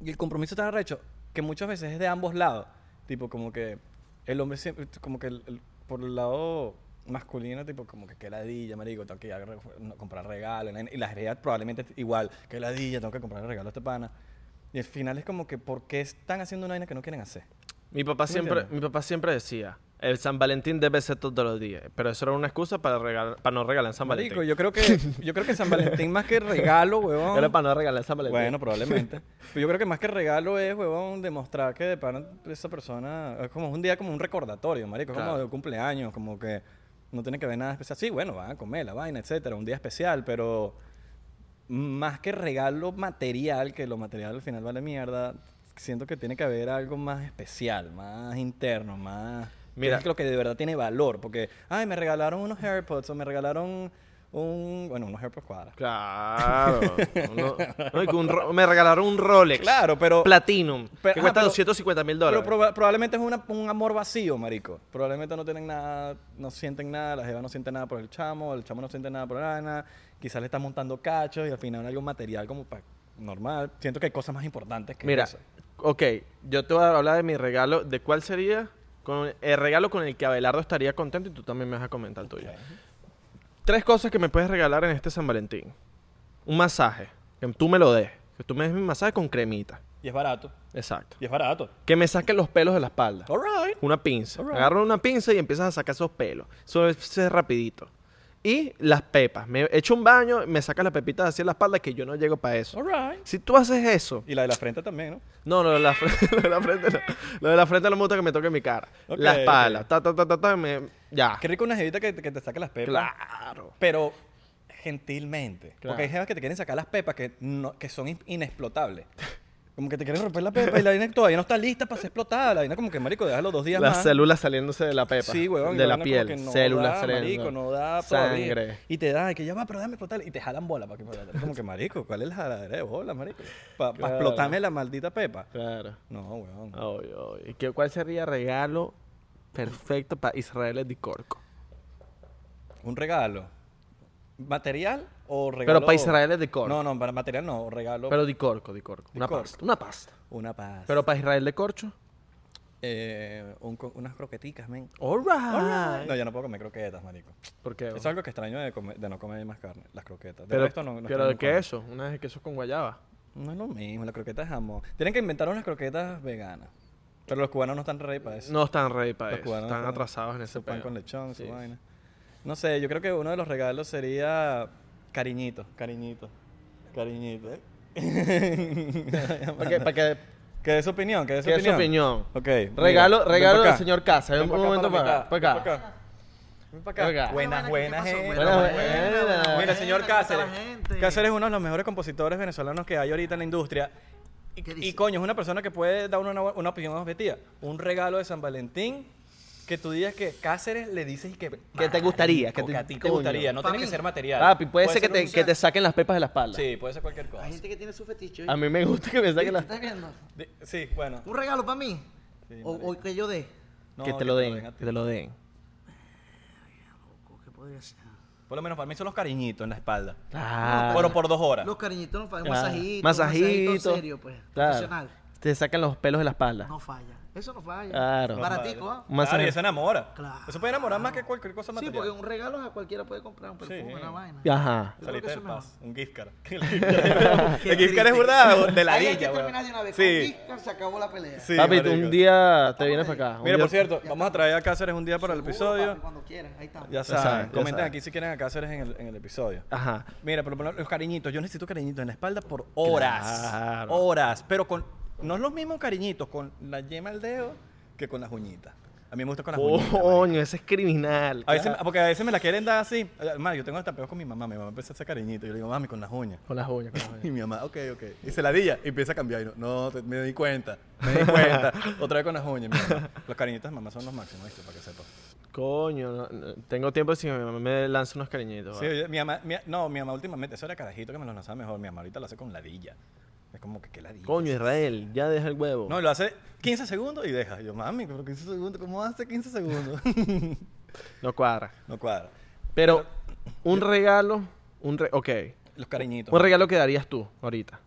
Speaker 1: Y el compromiso tan arrecho que muchas veces es de ambos lados. Tipo, como que el hombre siempre, como que el- el- por el lado masculino, tipo, como que qué ladilla, marico, tengo que ir a re- no, comprar regalo. la vaina. Y la realidad probablemente es igual, qué ladilla, tengo que comprar regalo a este pana. Y al final es como que, ¿por qué están haciendo una vaina que no quieren hacer?
Speaker 2: Mi papá
Speaker 1: ¿Tú me
Speaker 2: siempre, mi
Speaker 1: entiendes?
Speaker 2: papá siempre decía, el San Valentín debe ser todos los días. Pero eso era una excusa para, regalar, para no regalar en San Valentín.
Speaker 1: Marico, yo creo que, yo creo que San Valentín más que regalo, huevón.
Speaker 2: Era para no regalar en San Valentín.
Speaker 1: Bueno, probablemente. Pero yo creo que más que regalo es, huevón, demostrar que de pana esa persona es como un día como un recordatorio, marico, es como
Speaker 2: Claro.
Speaker 1: de cumpleaños, como que no tiene que ver nada especial. Sí, bueno, van a comer la vaina, etcétera, un día especial, pero más que regalo material, que lo material al final vale mierda, siento que tiene que haber algo más especial, más interno, más
Speaker 2: Mira.
Speaker 1: Mira, lo que de verdad tiene valor, porque ay, me regalaron unos AirPods o me regalaron un, bueno, unos AirPods cuadras.
Speaker 2: Claro. Uno- no, y que un ro- me regalaron un Rolex.
Speaker 1: Claro, pero
Speaker 2: Platinum.
Speaker 1: Pero- ajá,
Speaker 2: que cuesta
Speaker 1: pero-
Speaker 2: 250 mil dólares.
Speaker 1: Pero proba- probablemente es una- un amor vacío, marico. Probablemente no tienen nada, no sienten nada, la jeva no siente nada por el chamo, el chamo no siente nada por Ana, quizás le está montando cachos y al final algo material como pa- normal. Siento que hay cosas más importantes que
Speaker 2: Mira,
Speaker 1: eso.
Speaker 2: ok, yo te voy a hablar de mi regalo, de cuál sería con- el regalo con el que Abelardo estaría contento y tú también me vas a comentar el tuyo. Tres cosas que me puedes regalar en este San Valentín. Un masaje, que tú me lo des, que tú me des mi masaje con cremita.
Speaker 1: Y es barato,
Speaker 2: Exacto.
Speaker 1: y es barato.
Speaker 2: Que me saquen los pelos de la espalda.
Speaker 1: All right.
Speaker 2: Una pinza.
Speaker 1: Alright.
Speaker 2: Agarro una pinza y empiezas a sacar esos pelos. Eso es, es rapidito. Y las pepas. Me echo un baño, me sacas las pepitas hacia la espalda que yo no llego para eso.
Speaker 1: All right.
Speaker 2: Si tú haces eso,
Speaker 1: Y la de la frente también, ¿no?
Speaker 2: no, lo de la, fre- lo de la frente no. Lo de la frente no me gusta que me toque mi cara.
Speaker 1: Ok,
Speaker 2: la espalda.
Speaker 1: ok.
Speaker 2: Ta, ta, ta, ta, ta, me- ya.
Speaker 1: Qué rico una jevita que, que te saque las pepas.
Speaker 2: Claro.
Speaker 1: Pero gentilmente.
Speaker 2: Claro.
Speaker 1: Porque hay jevas que te quieren sacar las pepas que, no, que son in- inexplotables. Como que te quieren romper la pepa y la vaina todavía no está lista para ser explotada. La vaina como que, marico, déjalo dos días
Speaker 2: Las
Speaker 1: más.
Speaker 2: células saliéndose de la pepa.
Speaker 1: Sí, huevón. y
Speaker 2: De la
Speaker 1: vaina como que
Speaker 2: piel.
Speaker 1: no
Speaker 2: células
Speaker 1: da,
Speaker 2: saliendo.
Speaker 1: marico, no da todavía.
Speaker 2: Sangre.
Speaker 1: Y te da, y que ya va, pero dame explotar. Y te jalan bola para que para atrás. Como que, marico, ¿cuál es la jaladera de bola, marico? Para
Speaker 2: Claro.
Speaker 1: explotarme la maldita pepa.
Speaker 2: Claro.
Speaker 1: No, huevón.
Speaker 2: Ay, ay. ¿Y qué- ¿Cuál sería regalo perfecto para Israel de Corco?
Speaker 1: Un regalo. ¿Material o regalo?
Speaker 2: Pero para Israel de Corco.
Speaker 1: No, no, para material no. Regalo.
Speaker 2: Pero de Corco, de Corco.
Speaker 1: Di
Speaker 2: Una
Speaker 1: Corco.
Speaker 2: pasta. Una pasta.
Speaker 1: una paz.
Speaker 2: Pero para Israel de Corcho.
Speaker 1: Eh, un co- unas croqueticas, men.
Speaker 2: All right.
Speaker 1: No, yo no puedo comer croquetas, marico.
Speaker 2: ¿Por qué?
Speaker 1: Eso es algo que extraño de, comer- de no comer más carne, las croquetas. De
Speaker 2: Pero,
Speaker 1: resto no, no extraño
Speaker 2: pero de
Speaker 1: comer.
Speaker 2: queso. Una de queso con guayaba.
Speaker 1: No es lo mismo, la croqueta es jamón. Tienen que inventar unas croquetas veganas. Pero los cubanos no están ready para eso.
Speaker 2: No están ready para
Speaker 1: Los
Speaker 2: eso.
Speaker 1: cubanos
Speaker 2: Están
Speaker 1: son-
Speaker 2: atrasados en ese
Speaker 1: Su pan
Speaker 2: peo.
Speaker 1: con lechón, su
Speaker 2: Sí,
Speaker 1: vaina. No sé, yo creo que uno de los regalos sería cariñito, cariñito, cariñito.
Speaker 2: ¿Para que, para que,
Speaker 1: ¿Qué es su opinión? ¿Qué es su
Speaker 2: que es su
Speaker 1: opinión?
Speaker 2: opinión.
Speaker 1: Ok. mira,
Speaker 2: Regalo,
Speaker 1: ven
Speaker 2: regalo
Speaker 1: pa'
Speaker 2: del
Speaker 1: acá.
Speaker 2: señor Casa.
Speaker 1: Ven
Speaker 2: Un
Speaker 1: pa' acá,
Speaker 2: momento
Speaker 1: pa' la mitad,
Speaker 2: para acá.
Speaker 1: ven pa' acá. Ven pa' acá.
Speaker 2: Ven acá.
Speaker 1: Buenas, buenas,
Speaker 3: ¿qué pasó?
Speaker 1: gente.
Speaker 2: Buenas, buenas.
Speaker 1: Mira, señor
Speaker 3: Buenas, ¿cómo está
Speaker 1: Cáceres.
Speaker 3: la gente?
Speaker 1: Cáceres es uno de los mejores compositores venezolanos que hay ahorita en la industria. Y,
Speaker 3: ¿Qué
Speaker 1: y
Speaker 3: dice?
Speaker 1: coño, es una persona que puede dar una, una opinión objetiva. Un regalo de San Valentín que tú digas que Cáceres le dices y que.
Speaker 2: Que te gustaría, que
Speaker 1: marico,
Speaker 2: te-
Speaker 1: que a ti te
Speaker 2: coño.
Speaker 1: gustaría. No
Speaker 3: Pa'
Speaker 1: tiene que
Speaker 3: mí.
Speaker 1: ser material.
Speaker 2: Papi, puede, ser que
Speaker 1: un-
Speaker 2: te, que te saquen las pepas de la espalda.
Speaker 1: Sí, puede ser cualquier cosa.
Speaker 3: Hay gente que tiene su fetiche.
Speaker 2: A mí me gusta que me saquen las
Speaker 3: ¿Estás viendo?
Speaker 1: Di- Sí, bueno.
Speaker 3: ¿Un regalo para mí?
Speaker 1: Sí,
Speaker 3: o, o que yo dé.
Speaker 1: No,
Speaker 2: que te lo den,
Speaker 1: a ti.
Speaker 2: que te lo den.
Speaker 3: O ¿Qué podría ser?
Speaker 1: Por lo menos para mí son los cariñitos en la espalda.
Speaker 2: Claro.
Speaker 1: Pero por dos horas.
Speaker 3: Los cariñitos no fallan.
Speaker 2: Claro.
Speaker 3: Masajito.
Speaker 2: Ah. Masajito.
Speaker 3: Masajito serio, pues.
Speaker 2: Claro.
Speaker 3: Profesional.
Speaker 2: Te sacan los pelos de la espalda.
Speaker 3: No falla. Eso no falla.
Speaker 2: Claro.
Speaker 3: Baratico, ¿ah?
Speaker 2: Más
Speaker 1: claro,
Speaker 2: en-
Speaker 1: y eso enamora.
Speaker 3: Claro.
Speaker 1: Eso puede enamorar más que cualquier cosa
Speaker 3: Sí,
Speaker 1: material.
Speaker 3: porque un regalo a cualquiera puede comprar un perfume,
Speaker 1: Sí.
Speaker 3: una vaina.
Speaker 2: Ajá.
Speaker 3: Yo creo
Speaker 1: Saliste
Speaker 3: que
Speaker 1: del
Speaker 3: eso es
Speaker 1: paso. Un gift card. El
Speaker 3: Qué
Speaker 1: gift card
Speaker 3: triste.
Speaker 1: es burda de la
Speaker 3: Ahí hay que
Speaker 1: villa, weón.
Speaker 3: terminar de una vez.
Speaker 1: Sí.
Speaker 3: Con Oscar se acabó la pelea.
Speaker 1: sí
Speaker 2: Papi, tú
Speaker 1: marico.
Speaker 2: un día te vienes para acá. un
Speaker 1: Mira,
Speaker 2: día-
Speaker 1: por cierto, vamos a traer a Cáceres un día para el
Speaker 3: Seguro,
Speaker 1: episodio.
Speaker 3: papi, Cuando quieras. Ahí estamos.
Speaker 1: Ya
Speaker 2: saben,
Speaker 1: saben,
Speaker 2: ya
Speaker 1: comenten
Speaker 2: saben.
Speaker 1: aquí si quieren a Cáceres en el, en el episodio.
Speaker 2: Ajá.
Speaker 1: Mira, pero por los cariñitos, yo necesito cariñitos en la espalda por horas.
Speaker 2: Claro.
Speaker 1: Horas. Pero con. No es los mismos cariñitos con la yema del dedo que con las uñitas. A mí me gusta con las
Speaker 2: Oh.
Speaker 1: uñitas, marico.
Speaker 2: Coño, ese es criminal.
Speaker 1: A veces,
Speaker 2: claro.
Speaker 1: porque a veces me la quieren dar así. Hermano, yo tengo hasta peor con mi mamá. Mi mamá empieza a hacer cariñito. Yo le digo, mami, con las uñas.
Speaker 2: Con las uñas, con las uñas.
Speaker 1: Y mi mamá, ok, ok. Y se la dilla y empieza a cambiar. Y no, no te- me di cuenta. Me di cuenta. Otra vez con las uñas. mi mamá. Los cariñitos de mamá son los máximos, ¿viste? Para que sepas.
Speaker 2: Coño, no- no, tengo tiempo si me, me lanzo unos cariñitos.
Speaker 1: Sí,
Speaker 2: ¿vale?
Speaker 1: oye, mi mamá, mi- no, mi mamá últimamente, eso era carajito que me lo lanzaba mejor. Mi mamá ahorita lo hace con ladilla. Es como que, ¿qué ladilla?
Speaker 2: Coño, Israel, ya deja el huevo.
Speaker 1: No, lo hace 15 segundos y deja. Y Yo, mami, pero 15 segundos, ¿cómo hace 15 segundos?
Speaker 2: No cuadra.
Speaker 1: no cuadra.
Speaker 2: Pero, un regalo, un re ok.
Speaker 1: Los cariñitos.
Speaker 2: Un regalo que darías tú ahorita.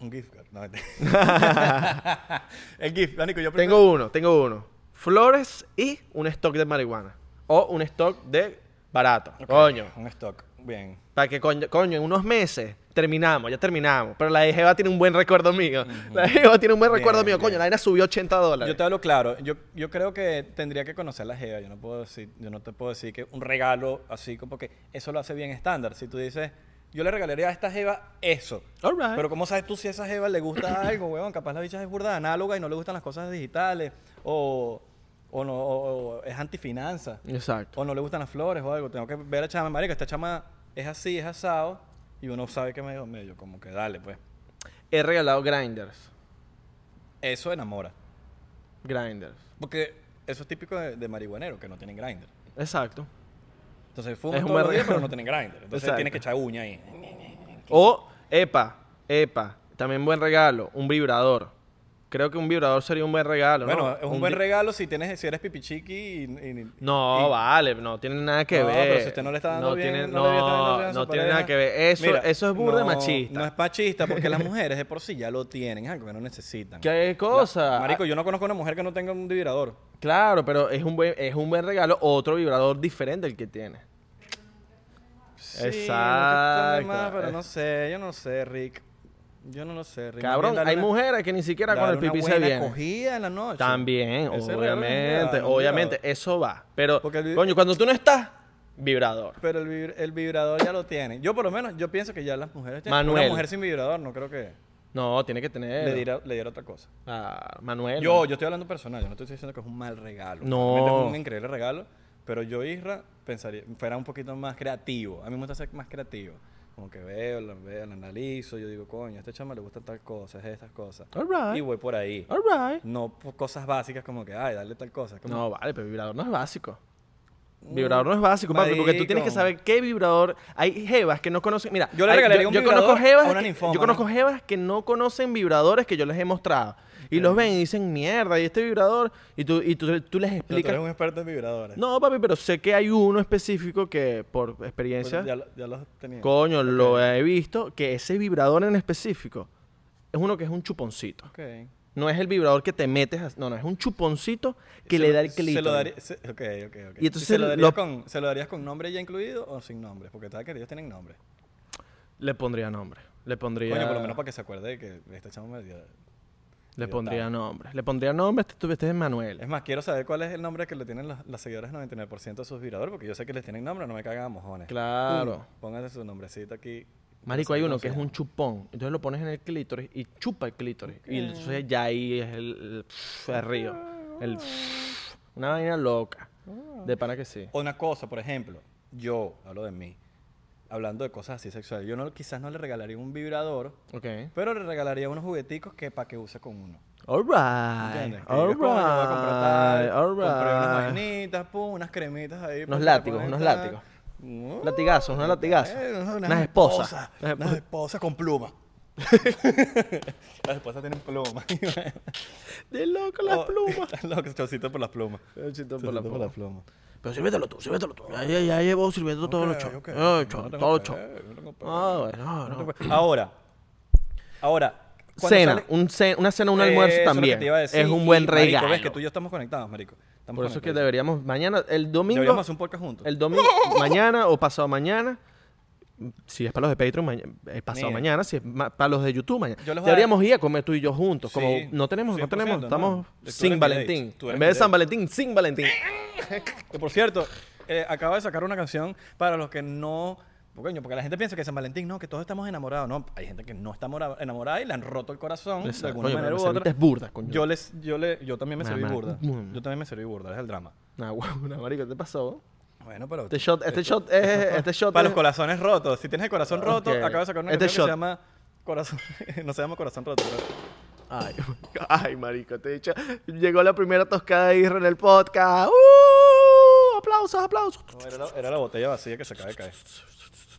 Speaker 1: Un gift card. No, mentira. el gift, Danico, yo prefiero-
Speaker 2: Tengo uno, tengo uno. Flores y un stock de marihuana. O un stock de barato.
Speaker 1: Ok,
Speaker 2: Coño.
Speaker 1: Un stock. Bien.
Speaker 2: Para que coño, coño, en unos meses terminamos, ya terminamos. Pero la de Jeva tiene un buen recuerdo mío. La de Jeva tiene un buen
Speaker 1: Bien,
Speaker 2: recuerdo mío. Coño,
Speaker 1: bien.
Speaker 2: la vaina subió 80 dólares.
Speaker 1: Yo te hablo claro. Yo, yo creo que tendría que conocer la jeva. Yo no puedo decir, yo no te puedo decir que un regalo así como que eso lo hace bien estándar. Si tú dices, yo le regalaría a esta jeva eso.
Speaker 2: All right.
Speaker 1: Pero cómo sabes tú si a esa jeva le gusta algo, huevón? Capaz la bicha es burda análoga y no le gustan las cosas digitales o o no o, o es antifinanza
Speaker 2: Exacto.
Speaker 1: o no le gustan las flores o algo. Tengo que ver a la chama, marica, esta chama es así, es asado y uno sabe que medio medio como que dale, pues.
Speaker 2: He regalado grinders.
Speaker 1: Eso enamora.
Speaker 2: Grinders.
Speaker 1: Porque eso es típico de, de marihuanero que no tienen grinder.
Speaker 2: Exacto.
Speaker 1: Entonces fuman
Speaker 2: Es un
Speaker 1: todos los
Speaker 2: buen
Speaker 1: días,
Speaker 2: regalo.
Speaker 1: pero no tienen grinder. Entonces
Speaker 2: Exacto.
Speaker 1: tienes que echar uña ahí.
Speaker 2: O, epa, epa. También buen regalo. Un vibrador. Creo que un vibrador sería un buen regalo. ¿no?
Speaker 1: bueno, es un, buen
Speaker 2: di-
Speaker 1: regalo si tienes, si eres pipichiqui y, y-
Speaker 2: No,
Speaker 1: y-
Speaker 2: vale, no tiene nada que
Speaker 1: No,
Speaker 2: ver.
Speaker 1: pero si usted no le está dando
Speaker 2: no
Speaker 1: bien,
Speaker 2: Tiene,
Speaker 1: no le está dando
Speaker 2: no,
Speaker 1: bien a su
Speaker 2: no tiene
Speaker 1: pareja.
Speaker 2: nada que ver. Eso,
Speaker 1: Mira,
Speaker 2: eso es burda
Speaker 1: no,
Speaker 2: machista.
Speaker 1: No es machista, porque las mujeres de por sí ya lo tienen, es algo que no necesitan.
Speaker 2: ¿Qué cosa?
Speaker 1: Marico, yo no conozco una mujer que no tenga un vibrador.
Speaker 2: Claro, pero es un buen, es un buen regalo, otro vibrador diferente el que tiene.
Speaker 1: Sí, no te
Speaker 2: Exacto.
Speaker 1: entiendo más, pero no sé, yo no sé, Rick. Yo no lo sé, Rick. Más
Speaker 2: Cabrón,
Speaker 1: bien dale
Speaker 2: hay
Speaker 1: una-
Speaker 2: mujeres que ni siquiera con
Speaker 1: dale
Speaker 2: el
Speaker 1: una
Speaker 2: pipí se
Speaker 1: buena
Speaker 2: vienen.
Speaker 1: cogida en la noche.
Speaker 2: También,
Speaker 1: Ese regalo es un
Speaker 2: obviamente,
Speaker 1: vibrador, un
Speaker 2: obviamente,
Speaker 1: vibrador.
Speaker 2: eso va. Pero,
Speaker 1: Porque el vi-
Speaker 2: coño, cuando tú no estás, vibrador.
Speaker 1: Pero el, vibr- el vibrador ya lo tienen. Yo por lo menos, yo pienso que ya las mujeres tienen.
Speaker 2: Manuel.
Speaker 1: Una mujer sin vibrador, no creo que
Speaker 2: No, tiene que tener.
Speaker 1: le diera, le diera otra cosa.
Speaker 2: Ah, Manuel.
Speaker 1: Yo, yo estoy hablando personal, yo no estoy diciendo que es un mal regalo.
Speaker 2: No.
Speaker 1: Realmente Es un increíble regalo, pero yo, Isra, pensaría, fuera un poquito más creativo. A mí me gusta ser más creativo. Como que veo, lo, veo, lo analizo, yo digo, coño, a este chama le gustan tal cosas, estas cosas.
Speaker 2: All right.
Speaker 1: Y voy por ahí.
Speaker 2: All right.
Speaker 1: No por cosas básicas como que, ay, dale tal cosa. Como,
Speaker 2: No, vale, pero vibrador no es básico. Mm. Vibrador no es básico, papi, porque tú tienes que
Speaker 1: Marico.
Speaker 2: saber qué vibrador. Hay jevas que no conocen. Mira,
Speaker 1: Yo le
Speaker 2: hay-
Speaker 1: regalaría un vibrador
Speaker 2: conozco jevas
Speaker 1: a una
Speaker 2: que-
Speaker 1: ninfómana.
Speaker 2: Yo conozco jevas que no conocen vibradores que yo les he mostrado. Y los ven y dicen, mierda, y este vibrador. Y tú, y tú, tú
Speaker 1: Pero
Speaker 2: les
Speaker 1: tú
Speaker 2: explicas.
Speaker 1: eres un experto en vibradores.
Speaker 2: No, papi, pero sé que hay uno específico que, por
Speaker 1: Pues
Speaker 2: experiencia,
Speaker 1: ya, lo- ya los tenía.
Speaker 2: coño, lo he visto, que ese vibrador en específico es uno que es un chuponcito.
Speaker 1: Ok.
Speaker 2: No es el vibrador que te metes, a- no, no, es un chuponcito que le da el
Speaker 1: clip.
Speaker 2: clip.
Speaker 1: Se lo daría, se- ok, ok, ok.
Speaker 2: Y entonces
Speaker 1: se lo,
Speaker 2: lo-
Speaker 1: darías con, ¿Se lo darías con nombre ya incluido o sin nombre? Porque tal que ellos tienen nombre.
Speaker 2: Le pondría nombre. Le pondría.
Speaker 1: Coño, por lo menos para que se acuerde de que este chamo me dio...
Speaker 2: Le pondría nombre. Le pondría nombre. Este, este es Manuel.
Speaker 1: Es más, quiero saber cuál es el nombre que le tienen los, las seguidores 99% de sus vibradores, porque yo sé que les tienen nombre, no me cagan a mojones.
Speaker 2: Claro.
Speaker 1: Pum, pónganse su nombrecito aquí.
Speaker 2: Marico,
Speaker 1: No sé
Speaker 2: hay
Speaker 1: cómo
Speaker 2: uno
Speaker 1: se
Speaker 2: que es
Speaker 1: llama.
Speaker 2: un chupón. Entonces lo pones en el clítoris y chupa el clítoris. Y entonces ya ahí es el, el, el río. El, una vaina loca.
Speaker 1: Ah.
Speaker 2: De para que sí.
Speaker 1: O una cosa, por ejemplo, yo, hablo de mí, hablando de cosas así sexuales, yo no, quizás no le regalaría un vibrador,
Speaker 2: Ok.
Speaker 1: pero le regalaría unos jugueticos que para que use con uno.
Speaker 2: All right.
Speaker 1: ¿Entiendes? Que
Speaker 2: All
Speaker 1: digas, "Coño, voy a comprar tal,
Speaker 2: right. All
Speaker 1: Compré unas
Speaker 2: right.
Speaker 1: vainitas, pum, unas cremitas ahí.
Speaker 2: Unos
Speaker 1: pum,
Speaker 2: látigos,
Speaker 1: le pones
Speaker 2: unos
Speaker 1: tal.
Speaker 2: látigos.
Speaker 1: Uh,
Speaker 2: Latigazos, no latigazos.
Speaker 1: eh,
Speaker 2: Unas esposas. Unas
Speaker 1: Unas
Speaker 2: esposas.
Speaker 1: esposas con pluma. las esposas tienen pluma.
Speaker 2: De loco las
Speaker 1: Oh,
Speaker 2: plumas.
Speaker 1: Los chocitos por las plumas.
Speaker 2: por la
Speaker 1: Chocito
Speaker 2: pluma.
Speaker 1: pluma.
Speaker 2: Pero sírvetelo tú, sírvetelo tú. Ya, ya, ya llevo sirviendo todos los
Speaker 1: Ok,
Speaker 2: chos.
Speaker 1: ok.
Speaker 2: Eh,
Speaker 1: Yo
Speaker 2: chos,
Speaker 1: no tengo
Speaker 2: todos los chos.
Speaker 1: pe- yo no tengo pe-
Speaker 2: Ah, bueno,
Speaker 1: no
Speaker 2: no.
Speaker 1: tengo pe- Ahora, ahora. cuando
Speaker 2: Cena,
Speaker 1: sale-
Speaker 2: un ce- una cena, un
Speaker 1: Eh,
Speaker 2: almuerzo
Speaker 1: eso es lo que
Speaker 2: también.
Speaker 1: te iba a decir.
Speaker 2: Es un buen
Speaker 1: Y, marico,
Speaker 2: regalo.
Speaker 1: ves que tú y yo estamos conectados, marico. Estamos
Speaker 2: Por eso es que
Speaker 1: conectados.
Speaker 2: deberíamos mañana, el domingo,
Speaker 1: Deberíamos hacer un podcast juntos.
Speaker 2: el domingo, mañana o pasado mañana. Si es para los de Patreon, maña- eh, pasado
Speaker 1: Mira.
Speaker 2: mañana. Si es ma- para los de YouTube, mañana.
Speaker 1: Yo les voy a-
Speaker 2: Deberíamos ir a comer tú y yo juntos. Como
Speaker 1: Sí,
Speaker 2: no tenemos, no
Speaker 1: 100%,
Speaker 2: tenemos,
Speaker 1: ¿no?
Speaker 2: estamos
Speaker 1: Tú eres mi
Speaker 2: sin
Speaker 1: date,
Speaker 2: Valentín.
Speaker 1: tú eres
Speaker 2: En
Speaker 1: mi
Speaker 2: vez de
Speaker 1: date.
Speaker 2: San Valentín, sin Valentín.
Speaker 1: Que por cierto, eh, acaba de sacar una canción para los que no Coño, porque la gente piensa que San Valentín, no, que todos estamos enamorados. No, hay gente que no está mora- enamorada y le han roto el corazón de
Speaker 2: Exacto,
Speaker 1: alguna
Speaker 2: coño,
Speaker 1: manera
Speaker 2: pero
Speaker 1: u
Speaker 2: me serví-
Speaker 1: otra.
Speaker 2: Es burda, coño.
Speaker 1: Yo, les, yo, le, yo también me
Speaker 2: Nah,
Speaker 1: serví
Speaker 2: man.
Speaker 1: burda.
Speaker 2: Mm.
Speaker 1: Yo también me serví burda, es el drama.
Speaker 2: Nah, huevo, nah, marico, ¿qué te pasó?
Speaker 1: Bueno, pero...
Speaker 2: Este shot, este shot, es, este shot
Speaker 1: Para
Speaker 2: es-
Speaker 1: los corazones rotos. Si tienes el corazón roto,
Speaker 2: Ok.
Speaker 1: acabo de sacar una
Speaker 2: Este
Speaker 1: canción que
Speaker 2: shot.
Speaker 1: se llama... Corazón... no se llama corazón roto, pero...
Speaker 2: Ay, marico, ay, marico, te he dicho, llegó la primera toscada de Isra en el podcast. ¡Uh! Aplausos, aplausos.
Speaker 1: no, era, la, era la botella vacía que se acaba de caer.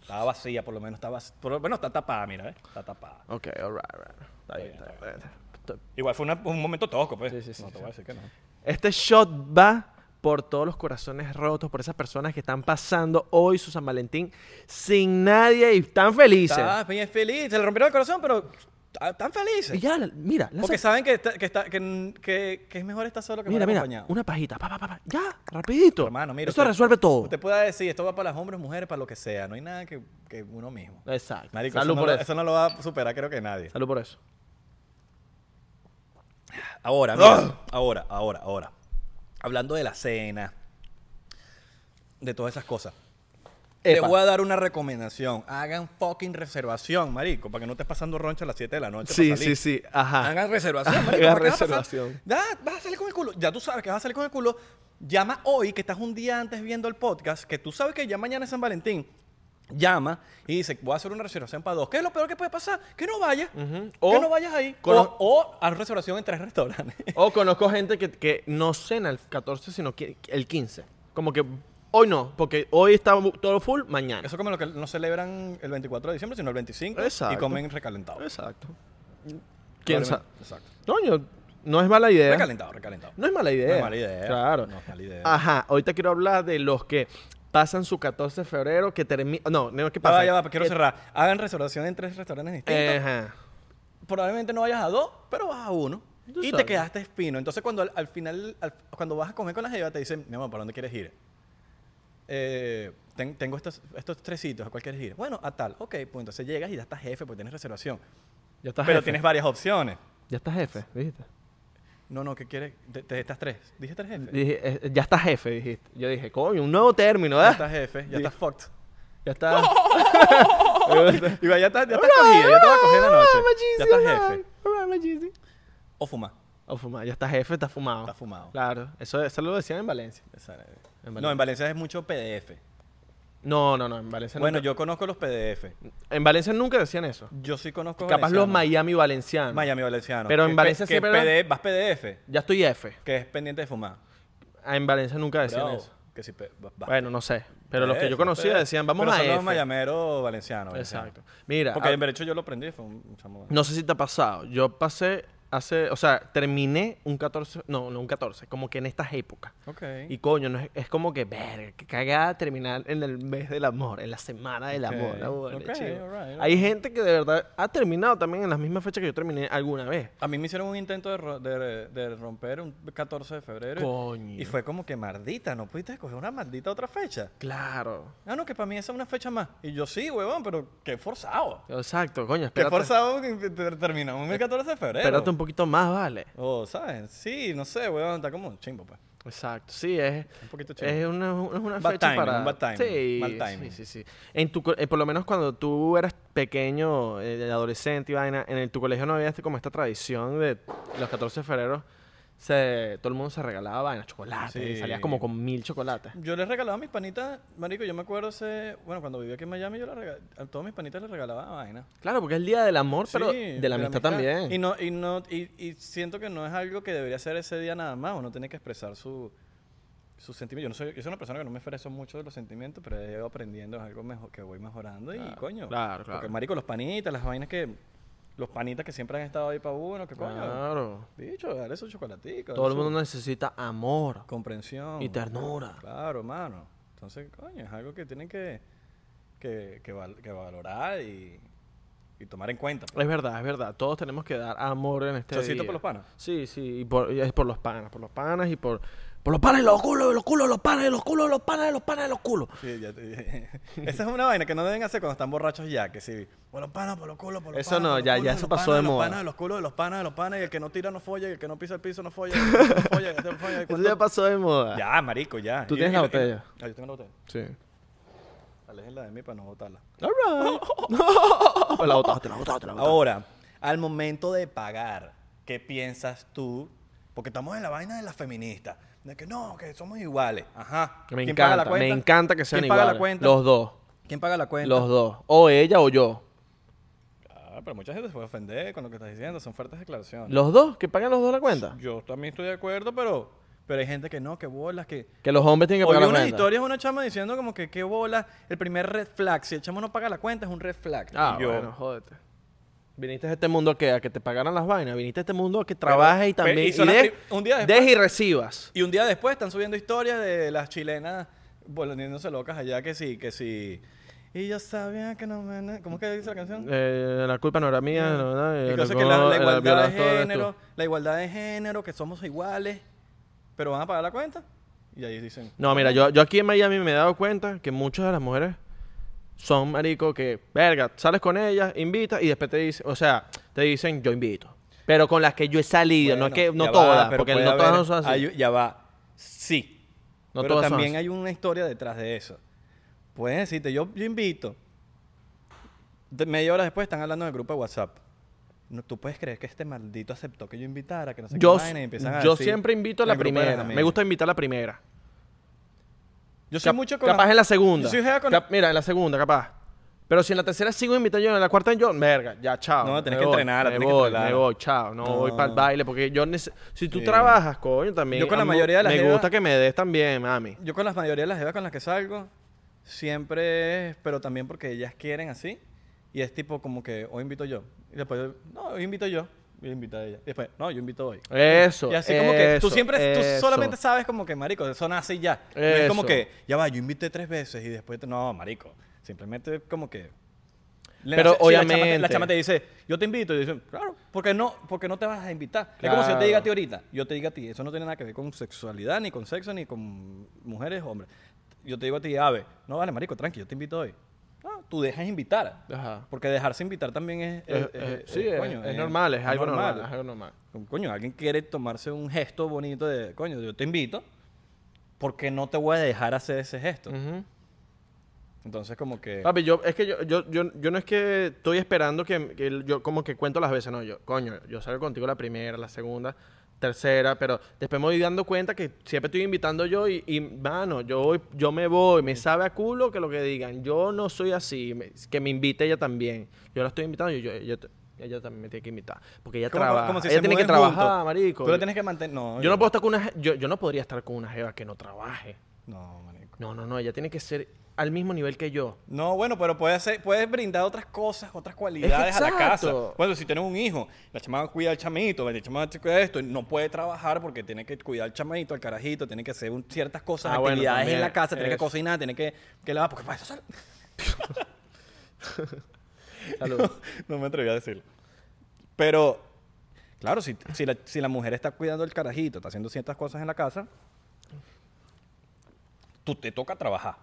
Speaker 1: Estaba vacía, por lo menos. Estaba, por lo- bueno, está tapada, mira, ¿eh? Está tapada.
Speaker 2: Ok, alright, alright. Está bien, está bien, está bien. Estoy-
Speaker 1: Igual fue una- un momento tosco, pues.
Speaker 2: Sí, sí, sí,
Speaker 1: no te
Speaker 2: sí.
Speaker 1: voy a decir que no.
Speaker 2: Este shot va por todos los corazones rotos, por esas personas que están pasando hoy su San Valentín sin nadie y están felices.
Speaker 1: Estaba bien feliz. Se le rompieron el corazón, pero... Están felices.
Speaker 2: Y ya, la- mira, la
Speaker 1: Porque
Speaker 2: sa-
Speaker 1: saben que, está- que, está- que, que- que es mejor estar solo que
Speaker 2: mira,
Speaker 1: mal
Speaker 2: mira,
Speaker 1: acompañado.
Speaker 2: una pajita, pa, pa, pa, pa, ya, rapidito.
Speaker 1: Hermano, mira,
Speaker 2: Eso
Speaker 1: usted-
Speaker 2: resuelve todo.
Speaker 1: Usted pueda decir, esto va para las hombres, mujeres, para lo que sea. No hay nada que, que uno mismo.
Speaker 2: Exacto.
Speaker 1: Marico,
Speaker 2: Salud
Speaker 1: eso,
Speaker 2: por
Speaker 1: no,
Speaker 2: eso.
Speaker 1: lo- eso no lo va a superar creo que nadie.
Speaker 2: Salud por eso.
Speaker 1: Ahora, mira,
Speaker 2: Ah.
Speaker 1: ahora, ahora, ahora. Hablando de la cena, de todas esas cosas.
Speaker 2: Epa.
Speaker 1: Te voy a dar una recomendación. Hagan fucking reservación, marico, para que no estés pasando roncha a las 7 de la noche.
Speaker 2: Sí,
Speaker 1: para salir.
Speaker 2: sí, sí, ajá.
Speaker 1: Hagan reservación, marico.
Speaker 2: Hagan
Speaker 1: ¿para qué vas a pasar?
Speaker 2: reservación.
Speaker 1: Ya, vas a salir con el culo. Ya tú sabes que vas a salir con el culo. Llama hoy, que estás un día antes viendo el podcast, que tú sabes que ya mañana es San Valentín. Llama y dice, voy a hacer una reservación para dos. ¿Qué es lo peor que puede pasar? Que no vayas.
Speaker 2: O-
Speaker 1: que no vayas ahí.
Speaker 2: con los-
Speaker 1: O, o haz reservación en tres restaurantes.
Speaker 2: O conozco gente que, que no cena el 14, sino que- el 15. Como que hoy no, porque hoy está mu- todo full, mañana.
Speaker 1: Eso como lo que no celebran el 24 de diciembre, sino el 25 y
Speaker 2: Exacto.
Speaker 1: comen recalentado.
Speaker 2: Exacto. ¿Quién sabe?
Speaker 1: Probablemente- Exacto.
Speaker 2: Coño, no es mala idea.
Speaker 1: Recalentado, recalentado.
Speaker 2: No es mala idea.
Speaker 1: No es mala idea.
Speaker 2: Claro. Ah,
Speaker 1: No es mala idea.
Speaker 2: Ajá, ahorita quiero hablar de los que pasan su 14 de febrero, que termina... No, no, ¿qué
Speaker 1: Ya
Speaker 2: pasa? Eh,
Speaker 1: va, ya va, quiero
Speaker 2: Que-
Speaker 1: cerrar. Hagan reservación en tres restaurantes distintos.
Speaker 2: Ajá.
Speaker 1: Probablemente no vayas a dos, pero vas a uno.
Speaker 2: Tú
Speaker 1: Y te
Speaker 2: sabes.
Speaker 1: quedaste espino. Entonces, cuando al, al final, al- cuando vas a comer con la jeva, te dicen, mi amor, ¿para dónde quieres ir? Eh, ten- tengo estos, estos tres sitios, ¿a cuál quieres ir? Bueno, a tal. Ok, pues entonces llegas y ya estás jefe, porque tienes reservación.
Speaker 2: Ya estás
Speaker 1: pero
Speaker 2: jefe.
Speaker 1: tienes varias opciones.
Speaker 2: Ya estás jefe, dijiste.
Speaker 1: No, no, ¿qué quieres? Te- te- estas tres. Dije tres jefes.
Speaker 2: Dije, eh, ya estás jefe, dijiste. Yo dije, coño, un nuevo término, ¿eh?"
Speaker 1: Ya
Speaker 2: ¿verdad?
Speaker 1: estás jefe, ya
Speaker 2: Di-
Speaker 1: estás fucked.
Speaker 2: Ya está.
Speaker 1: Igual ya estás, ya estás cogida, ya te vas a coger la noche. Ya estás jefe. O fuma.
Speaker 2: O fumar, Oh, ya está jefe, está fumado.
Speaker 1: Está fumado.
Speaker 2: Claro, eso, eso lo decían en Valencia.
Speaker 1: Esa-
Speaker 2: Valencia.
Speaker 1: No, en Valencia es mucho PDF.
Speaker 2: No, no, no, en Valencia
Speaker 1: Bueno,
Speaker 2: nunca.
Speaker 1: yo conozco los PDF.
Speaker 2: En Valencia nunca decían eso.
Speaker 1: Yo sí conozco
Speaker 2: Capaz los
Speaker 1: valencianos.
Speaker 2: Miami valencianos.
Speaker 1: Miami valenciano.
Speaker 2: Pero en
Speaker 1: Que-
Speaker 2: Valencia
Speaker 1: que,
Speaker 2: siempre
Speaker 1: que
Speaker 2: era-
Speaker 1: PD vas PDF,
Speaker 2: Ya estoy jefe.
Speaker 1: que es pendiente de fumar.
Speaker 2: Ah, En Valencia nunca decían
Speaker 1: Bravo,
Speaker 2: eso.
Speaker 1: Que si pe- va- va-
Speaker 2: Bueno, no sé. Pero los que yo
Speaker 1: PDF,
Speaker 2: conocía
Speaker 1: PDF.
Speaker 2: decían, vamos
Speaker 1: Pero
Speaker 2: a
Speaker 1: son
Speaker 2: F.
Speaker 1: los mayameros valencianos. valencianos.
Speaker 2: Exacto. Mira,
Speaker 1: Porque
Speaker 2: ah,
Speaker 1: en derecho yo lo aprendí, fue un chamo.
Speaker 2: no sé si te ha pasado. Yo pasé hace, o sea, terminé un 14, no, no un 14, como que en estas épocas.
Speaker 1: Ok.
Speaker 2: Y coño, no es, es como que, verga, que cagada terminar en el mes del amor, en la semana del
Speaker 1: Ok,
Speaker 2: amor. ah, bueno,
Speaker 1: ok,
Speaker 2: chico.
Speaker 1: alright,
Speaker 2: Hay gente que de verdad ha terminado también en las mismas fechas que yo terminé alguna vez.
Speaker 1: A mí me hicieron un intento de, ro- de- de romper un 14 de febrero. y-
Speaker 2: Coño.
Speaker 1: Y fue como que maldita, no pudiste escoger una maldita otra fecha.
Speaker 2: Claro.
Speaker 1: Ah, no, que para mí esa es una fecha más. Y yo sí, huevón, pero qué forzado.
Speaker 2: Exacto, coño,
Speaker 1: Qué
Speaker 2: espérate.
Speaker 1: forzado que te- terminamos el 14 de febrero.
Speaker 2: Espérate un poquito más, vale.
Speaker 1: Oh, ¿sabes? Sí, no sé, huevón, está como un chimbo, pues.
Speaker 2: Exacto, sí, es,
Speaker 1: Un poquito chimbo.
Speaker 2: es una, es una
Speaker 1: Bad
Speaker 2: fecha
Speaker 1: timing,
Speaker 2: para...
Speaker 1: un bad timing,
Speaker 2: sí,
Speaker 1: mal
Speaker 2: sí,
Speaker 1: timing.
Speaker 2: sí, sí. En tu, co- eh, por lo menos cuando tú eras pequeño, eh, adolescente y vaina, en el- tu colegio no había este- como esta tradición de los 14 de febrero, se, todo el mundo se regalaba vainas, chocolates, y
Speaker 1: Sí.
Speaker 2: salías como con mil chocolates.
Speaker 1: Yo les regalaba a mis panitas, marico, yo me acuerdo hace... Bueno, cuando vivía aquí en Miami, yo les rega- a todos mis panitas les regalaba vaina.
Speaker 2: Claro, porque es el día del amor, pero
Speaker 1: Sí,
Speaker 2: de la amistad, también.
Speaker 1: Y, no, y, no, y, y siento que no es algo que debería ser ese día nada más. Uno tiene que expresar su, su sentimiento. Yo, no soy, yo soy una persona que no me expreso mucho de los sentimientos, pero he ido aprendiendo, es algo mejor, que voy mejorando y coño.
Speaker 2: claro, claro.
Speaker 1: Porque, marico, los panitas, las vainas que... Los panitas que siempre han estado ahí para uno, que coño.
Speaker 2: Claro.
Speaker 1: Bicho, dale esos chocolaticos.
Speaker 2: Todo
Speaker 1: dale
Speaker 2: el mundo
Speaker 1: su
Speaker 2: necesita amor
Speaker 1: Comprensión.
Speaker 2: y ternura.
Speaker 1: Claro, mano. Entonces, coño, es algo que tienen que, que, que, val- que valorar y, y tomar en cuenta. pues.
Speaker 2: Es verdad, es verdad. Todos tenemos que dar amor en este
Speaker 1: Chocito
Speaker 2: día.
Speaker 1: por los panas.
Speaker 2: Sí, sí. Y por, y es por los panas, por los panas y por... Por los panas y los culos, y los culos, los panas y los culos, los panas y los panas y los culos.
Speaker 1: Sí, ya te dije. Esa es una vaina que no deben hacer cuando están borrachos ya, que sí. Por los panas, por los culos, por los
Speaker 2: Eso
Speaker 1: panas,
Speaker 2: no,
Speaker 1: por los
Speaker 2: ya-
Speaker 1: culos,
Speaker 2: ya
Speaker 1: por
Speaker 2: eso
Speaker 1: los
Speaker 2: pasó
Speaker 1: panas,
Speaker 2: de
Speaker 1: Los
Speaker 2: moda.
Speaker 1: panas, de los culos, de los panas, de los panas, y el que no tira no folla, y el que no pisa el piso no folla, y el que no folla, y el que no folla. y
Speaker 2: Eso
Speaker 1: cuando-
Speaker 2: ya pasó de moda.
Speaker 1: Ya, marico, ya.
Speaker 2: Tú
Speaker 1: Y-
Speaker 2: tienes
Speaker 1: y-
Speaker 2: la
Speaker 1: y-
Speaker 2: botella.
Speaker 1: Ah, yo tengo la botella.
Speaker 2: Sí.
Speaker 1: Alejen la de mí para no botarla.
Speaker 2: Pues la botaste, la botaste, la botaste.
Speaker 1: Ahora, al momento de pagar, ¿qué piensas tú? Porque estamos en la vaina de las feministas. De que no, que somos iguales. Ajá.
Speaker 2: Me
Speaker 1: ¿Quién paga la
Speaker 2: encanta, me
Speaker 1: cuenta?
Speaker 2: encanta que sean
Speaker 1: ¿Quién paga
Speaker 2: iguales.
Speaker 1: la cuenta?
Speaker 2: Los dos,
Speaker 1: ¿Quién paga la cuenta?
Speaker 2: los dos. O ella o yo.
Speaker 1: Ah, pero mucha gente se puede ofender con lo que estás diciendo. Son fuertes declaraciones.
Speaker 2: ¿Los dos? ¿Que pagan los dos la cuenta?
Speaker 1: Yo también estoy de acuerdo, pero, pero hay gente que no, que bolas, que...
Speaker 2: Que los hombres tienen que
Speaker 1: Oye,
Speaker 2: pagar la
Speaker 1: una
Speaker 2: cuenta.
Speaker 1: historia es una chama diciendo como que qué bola, el primer red flag. Si el chamo no paga la cuenta, es un red flag.
Speaker 2: Ah,
Speaker 1: Y yo,
Speaker 2: bueno, jódete. Viniste a este mundo a que, a que te pagaran las vainas. Viniste a este mundo a que trabajes y
Speaker 1: pero-
Speaker 2: también.
Speaker 1: y
Speaker 2: Y
Speaker 1: son las
Speaker 2: des,
Speaker 1: prim- un día
Speaker 2: des
Speaker 1: después-
Speaker 2: y recibas.
Speaker 1: Y un día después están subiendo historias de las chilenas volviéndose locas allá que sí, que sí. Y yo sabía que no me... ¿Cómo es que dice la canción?
Speaker 2: Eh, la culpa no era mía. no, no,
Speaker 1: Y
Speaker 2: eh,
Speaker 1: que
Speaker 2: la
Speaker 1: cosa que la,
Speaker 2: culpa no-
Speaker 1: la
Speaker 2: el
Speaker 1: igualdad de
Speaker 2: violador eres tú.
Speaker 1: género, la igualdad de género, que somos iguales, pero van a pagar la cuenta. Y ahí dicen...
Speaker 2: No, mira, yo, yo aquí en Miami me he dado cuenta que muchas de las mujeres son marico que, verga, sales con ellas, invitas y después te dicen, o sea, te dicen yo invito. Pero con las que yo he salido, no es que
Speaker 1: Bueno,
Speaker 2: no
Speaker 1: ya va,
Speaker 2: todas,
Speaker 1: pero
Speaker 2: porque
Speaker 1: puede
Speaker 2: no todas
Speaker 1: haber-
Speaker 2: no son así.
Speaker 1: hay- ya va. Sí.
Speaker 2: No
Speaker 1: pero
Speaker 2: todas son
Speaker 1: también
Speaker 2: así.
Speaker 1: hay una historia detrás de eso. Pueden decirte, yo, yo invito. De- media hora después están hablando en el grupo de WhatsApp. No, Tú puedes creer que este maldito aceptó que yo invitara, que no sé
Speaker 2: yo
Speaker 1: qué vaina, y empiezan a
Speaker 2: yo
Speaker 1: decir
Speaker 2: siempre invito a
Speaker 1: en
Speaker 2: la
Speaker 1: el grupo de las
Speaker 2: primera. Me
Speaker 1: amigas.
Speaker 2: gusta invitar a la primera.
Speaker 1: Yo soy
Speaker 2: Cap-
Speaker 1: mucho con
Speaker 2: capaz en la segunda.
Speaker 1: Yo soy jeva con
Speaker 2: Cap- mira, en la segunda, capaz. Pero si en la tercera sigo invitando yo, en la cuarta yo, verga, ya, chao.
Speaker 1: No, tenés
Speaker 2: me
Speaker 1: que
Speaker 2: voy,
Speaker 1: entrenarla,
Speaker 2: Me
Speaker 1: tenés que
Speaker 2: voy, me
Speaker 1: entrenarla.
Speaker 2: voy, chao. No,
Speaker 1: No.
Speaker 2: voy para el baile, porque yo nece- Si tú
Speaker 1: Sí.
Speaker 2: trabajas, coño, también.
Speaker 1: Yo con la
Speaker 2: a mí
Speaker 1: mayoría de las
Speaker 2: Me
Speaker 1: jevas-
Speaker 2: gusta que me des también, mami.
Speaker 1: Yo con la mayoría de las jevas con las que salgo, siempre es, pero también porque ellas quieren así. Y es tipo como que, hoy invito yo. Y después, no, hoy invito yo. Y invita a ella. Y después, no, yo invito hoy.
Speaker 2: Eso.
Speaker 1: Y así como que tú
Speaker 2: eso,
Speaker 1: siempre, tú
Speaker 2: eso.
Speaker 1: solamente sabes como que, marico, son así ya. No es como
Speaker 2: Eso.
Speaker 1: que, ya va, yo invité tres veces y después, te- no, marico. Simplemente como que... le
Speaker 2: Pero
Speaker 1: nace- si la chama te- La chama,
Speaker 2: obviamente-
Speaker 1: te dice, yo te invito. Y dicen, claro, porque no, porque no te vas a invitar. Es como si yo te
Speaker 2: Claro.
Speaker 1: diga a ti ahorita, yo te diga a ti. Eso no tiene nada que ver con sexualidad, ni con sexo, ni con mujeres, hombres. Yo te digo a ti, ave, no vale, marico, tranqui, yo te invito hoy. No, tú dejas invitar.
Speaker 2: Ajá.
Speaker 1: Porque dejarse invitar también es...
Speaker 2: Eh,
Speaker 1: es-
Speaker 2: eh,
Speaker 1: es-
Speaker 2: sí,
Speaker 1: es-
Speaker 2: es,
Speaker 1: coño,
Speaker 2: es normal, es algo normal.
Speaker 1: normal.
Speaker 2: es algo normal.
Speaker 1: Como, Coño, alguien quiere tomarse un gesto bonito de, coño, yo te invito, porque no te voy a dejar hacer ese gesto.
Speaker 2: Ujú.
Speaker 1: Entonces, como que...
Speaker 2: Papi, yo, es que yo, yo, yo, yo no es que estoy esperando que, que el- yo como que cuento las veces, no, yo, coño, yo salgo contigo la primera, la segunda, tercera, pero después me voy dando cuenta que siempre estoy invitando yo y, y, mano, yo voy, yo me voy, me sabe a culo que lo que digan, yo no soy así, me- que me invite ella también, yo la estoy invitando y yo, yo te- ella también me tiene que invitar, porque ella
Speaker 1: como-
Speaker 2: trabaja,
Speaker 1: como si
Speaker 2: ella
Speaker 1: se
Speaker 2: tiene que
Speaker 1: muden juntos.
Speaker 2: trabajar, marico.
Speaker 1: Tú le tienes que mantener... No,
Speaker 2: yo no puedo estar con una, je- yo, yo no podría estar con una jeva que no trabaje.
Speaker 1: No, marico.
Speaker 2: No, no, no, ella tiene que ser al mismo nivel que yo.
Speaker 1: No, bueno, pero puedes, hacer- puedes brindar otras cosas, otras cualidades a la casa.
Speaker 2: exacto.
Speaker 1: Bueno, si tienes un hijo, la chamada cuida al chamito, la chamada te cuida esto, y no puede trabajar porque tiene que cuidar al chamito, al carajito, tiene que hacer un- ciertas cosas,
Speaker 2: Ah, bueno,
Speaker 1: actividades en
Speaker 2: también,
Speaker 1: la casa, tiene que
Speaker 2: eso.
Speaker 1: cocinar, tiene que, que lavar, porque para eso sal-
Speaker 2: Salud.
Speaker 1: no me atreví a decirlo. Pero, claro, si, si, la, si la mujer está cuidando el carajito, está haciendo ciertas cosas en la casa, tú te toca trabajar.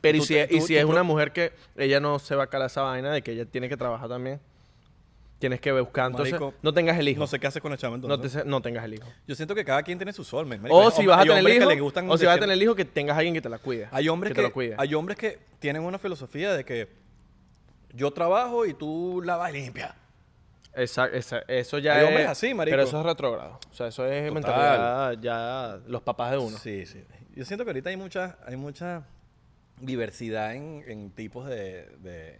Speaker 2: Pero y
Speaker 1: Tú
Speaker 2: si,
Speaker 1: te-
Speaker 2: es- y
Speaker 1: tú-
Speaker 2: si
Speaker 1: tú
Speaker 2: es
Speaker 1: pro-
Speaker 2: una mujer que ella no se va a calar esa vaina de que ella tiene que trabajar también, tienes que buscar. Entonces,
Speaker 1: Marico,
Speaker 2: no tengas el hijo.
Speaker 1: No sé qué haces con la chama
Speaker 2: No,
Speaker 1: entonces.
Speaker 2: te se- no tengas el hijo.
Speaker 1: Yo siento que cada quien tiene su sol, men, marico.
Speaker 2: O
Speaker 1: Hay
Speaker 2: si
Speaker 1: hom-
Speaker 2: vas a
Speaker 1: hay
Speaker 2: tener
Speaker 1: hombres que
Speaker 2: hijo,
Speaker 1: les gustan
Speaker 2: o si vas a
Speaker 1: decir-
Speaker 2: tener el hijo, que tengas alguien que te la cuide.
Speaker 1: Hay hombres
Speaker 2: te
Speaker 1: que,
Speaker 2: lo cuide.
Speaker 1: hay hombres que tienen una filosofía de que yo trabajo y tú lavas y limpias.
Speaker 2: Esa- esa- eso ya
Speaker 1: Hay
Speaker 2: es,
Speaker 1: hombres así, marico.
Speaker 2: Pero eso es retrógrado. O sea, eso es
Speaker 1: Total.
Speaker 2: mentalidad ya los papás de uno.
Speaker 1: Sí, sí. Yo siento que ahorita hay mucha, hay mucha diversidad en, en tipos de, de,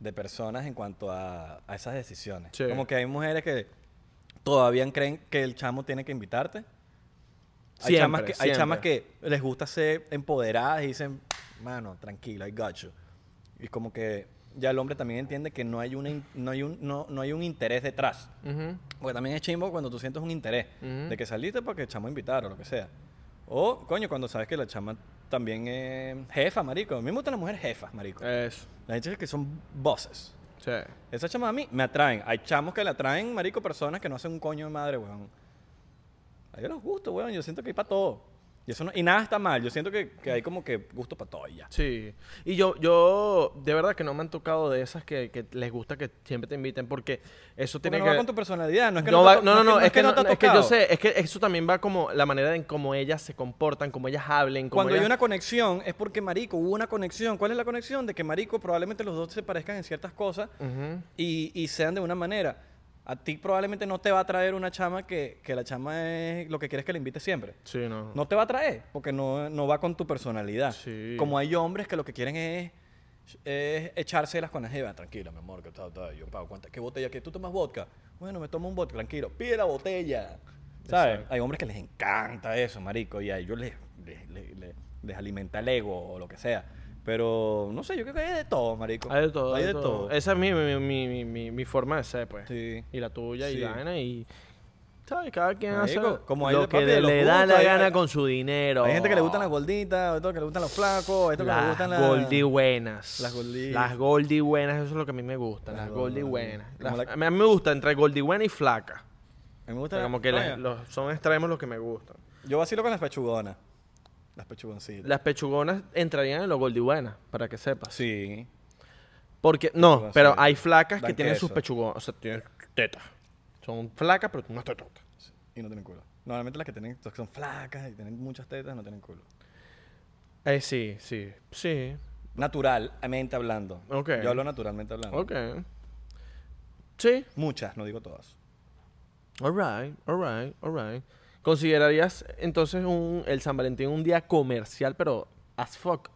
Speaker 1: de personas en cuanto a, a esas decisiones.
Speaker 2: Sí.
Speaker 1: Como que hay mujeres que todavía creen que el chamo tiene que invitarte. Hay,
Speaker 2: Siempre,
Speaker 1: chamas que, hay
Speaker 2: siempre.
Speaker 1: chamas que les gusta ser empoderadas y dicen, mano, tranquilo, I got you. Y como que ya el hombre también entiende que no hay, una, in- no hay, un, no, no hay un interés detrás.
Speaker 2: Ujú.
Speaker 1: Porque también es chimbo cuando tú sientes un interés
Speaker 2: Ujú.
Speaker 1: de que saliste porque el chamo invitaron o lo que sea. O, coño, cuando sabes que la chama también es jefa, marico. A mí me gustan las mujeres jefas, marico.
Speaker 2: Eso.
Speaker 1: Las gente que son bosses.
Speaker 2: Sí.
Speaker 1: Esas chamas a mí me atraen. Hay chamos que le atraen, marico, personas que no hacen un coño de madre, weón. A ellos les gusta, weón. Yo siento que hay para todo. Y, eso no- y nada está mal. Yo siento que, que hay como que gusto para todo y ya.
Speaker 2: Sí. Y yo, yo, de verdad que no me han tocado de esas que, que les gusta que siempre te inviten, porque eso
Speaker 1: Porque
Speaker 2: tiene
Speaker 1: no
Speaker 2: que.
Speaker 1: va con tu personalidad. No, es que
Speaker 2: no,
Speaker 1: no,
Speaker 2: va-
Speaker 1: te ha to-
Speaker 2: no, no, no, es que,
Speaker 1: no te ha
Speaker 2: no- es que yo
Speaker 1: tocado.
Speaker 2: sé, es que eso también va como la manera en cómo ellas se comportan, cómo ellas hablen, cómo
Speaker 1: Cuando hay
Speaker 2: ellas-
Speaker 1: una conexión es porque, marico, hubo una conexión. ¿Cuál es la conexión? De que, marico, probablemente los dos se parezcan en ciertas cosas
Speaker 2: Ujú.
Speaker 1: y, y sean de una manera. A ti probablemente no te va a traer una chama que, que la chama es lo que quieres que le invite siempre.
Speaker 2: Sí, no.
Speaker 1: No te va a traer porque no, no va con tu personalidad.
Speaker 2: Sí.
Speaker 1: Como hay hombres que lo que quieren es, es echárselas con la jeva. Tranquila, mi amor, que tal, tal, yo pago cuenta. ¿Qué botella que ¿Tú tomas vodka? Bueno, me tomo un vodka, tranquilo. Pide la botella. ¿Sabes? Hay hombres que les encanta eso, marico, y a ellos les, les, les- les- les alimenta el ego o lo que sea. Pero, no sé, yo creo que hay de todo, marico.
Speaker 2: Hay de todo.
Speaker 1: Hay de todo.
Speaker 2: Esa es mi, mi, mi- mi- mi- mi forma de ser, pues.
Speaker 1: Sí.
Speaker 2: Y la tuya y
Speaker 1: Sí.
Speaker 2: la vaina y... ¿Sabes? Cada quien hace
Speaker 1: Marico, como hay
Speaker 2: lo
Speaker 1: de
Speaker 2: que
Speaker 1: papi, de los
Speaker 2: le da
Speaker 1: gustos,
Speaker 2: la
Speaker 1: hay-
Speaker 2: gana
Speaker 1: hay-
Speaker 2: con su dinero.
Speaker 1: Hay gente que le gustan las gorditas, otros que le gustan los flacos, otros que le
Speaker 2: Las
Speaker 1: gustan las...
Speaker 2: Goldie buenas.
Speaker 1: Las Goldie.
Speaker 2: Las Goldie buenas, eso es lo que a mí me gusta. Las,
Speaker 1: Las Goldie.
Speaker 2: Goldie buenas.
Speaker 1: Como
Speaker 2: Las-
Speaker 1: la-
Speaker 2: A mí me gusta entre Goldie buena y flaca.
Speaker 1: A mí me
Speaker 2: O sea,
Speaker 1: gusta
Speaker 2: como que las- los, son extremos los que me gustan.
Speaker 1: Yo vacilo con las pechugonas. Las pechugoncitas.
Speaker 2: Las pechugonas entrarían en los Goldie buenas, para que sepas.
Speaker 1: Sí.
Speaker 2: Porque, no,
Speaker 1: Pechugonas,
Speaker 2: pero
Speaker 1: sí.
Speaker 2: hay flacas que
Speaker 1: Dan
Speaker 2: tienen sus
Speaker 1: queso.
Speaker 2: pechugonas, o sea, tienen tetas. Son flacas, pero no tetas.
Speaker 1: Y no tienen culo. Normalmente las que tienen, que son flacas y tienen muchas tetas, no tienen culo.
Speaker 2: Eh, sí, sí, sí.
Speaker 1: Naturalmente hablando.
Speaker 2: Ok.
Speaker 1: Yo hablo naturalmente hablando.
Speaker 2: Ok. Sí.
Speaker 1: Muchas, no digo todas.
Speaker 2: Alright, alright, alright. ¿Considerarías entonces un, el San Valentín un día comercial, pero as fuck?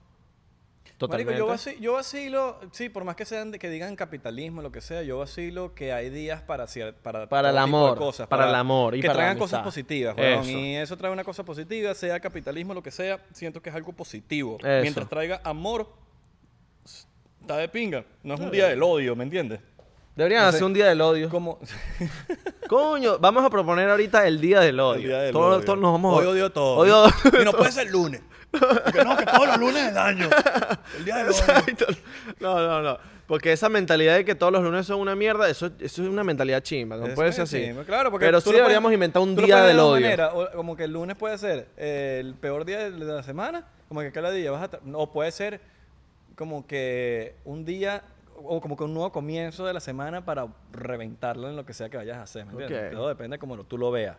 Speaker 2: Totalmente.
Speaker 1: Marico, yo, vaci- yo vacilo, sí, por más que sean de- que digan capitalismo, lo que sea, yo vacilo que hay días para cier- para,
Speaker 2: Para el
Speaker 1: todo tipo de
Speaker 2: amor, para el amor y
Speaker 1: que
Speaker 2: para la
Speaker 1: traigan cosas
Speaker 2: amistad.
Speaker 1: positivas, weón,
Speaker 2: Eso.
Speaker 1: y eso trae una cosa positiva, sea capitalismo, lo que sea, siento que es algo positivo.
Speaker 2: Eso.
Speaker 1: Mientras traiga amor, s- está de pinga. No es un día del odio, ¿me entiendes?
Speaker 2: Deberían
Speaker 1: no
Speaker 2: hacer
Speaker 1: sé.
Speaker 2: un día del odio.
Speaker 1: Como
Speaker 2: Coño, vamos a proponer ahorita el día del odio.
Speaker 1: el día del
Speaker 2: Todos-
Speaker 1: odio.
Speaker 2: todos nos vamos a-
Speaker 1: Hoy odio todo.
Speaker 2: Hoy odio-
Speaker 1: y no puede ser lunes. Que no, que todos los lunes del año. El día del odio.
Speaker 2: Exacto. No, no, no. Porque esa mentalidad de que todos los lunes son una mierda, eso, eso es una mentalidad chimba. No
Speaker 1: Es
Speaker 2: puede
Speaker 1: que
Speaker 2: ser así.
Speaker 1: sí, claro, porque
Speaker 2: Pero
Speaker 1: tú lo
Speaker 2: sí
Speaker 1: puedes-
Speaker 2: deberíamos inventar un
Speaker 1: tú lo
Speaker 2: día
Speaker 1: puedes
Speaker 2: del
Speaker 1: de dos
Speaker 2: odio.
Speaker 1: maneras, o- como que el lunes puede ser eh, el peor día de la semana, como que cada día vas a... tra- O puede ser como que un día o como que un nuevo comienzo de la semana para reventarla en lo que sea que vayas a hacer, ¿me entiendes?
Speaker 2: Ok.
Speaker 1: Todo depende de cómo lo- tú lo veas.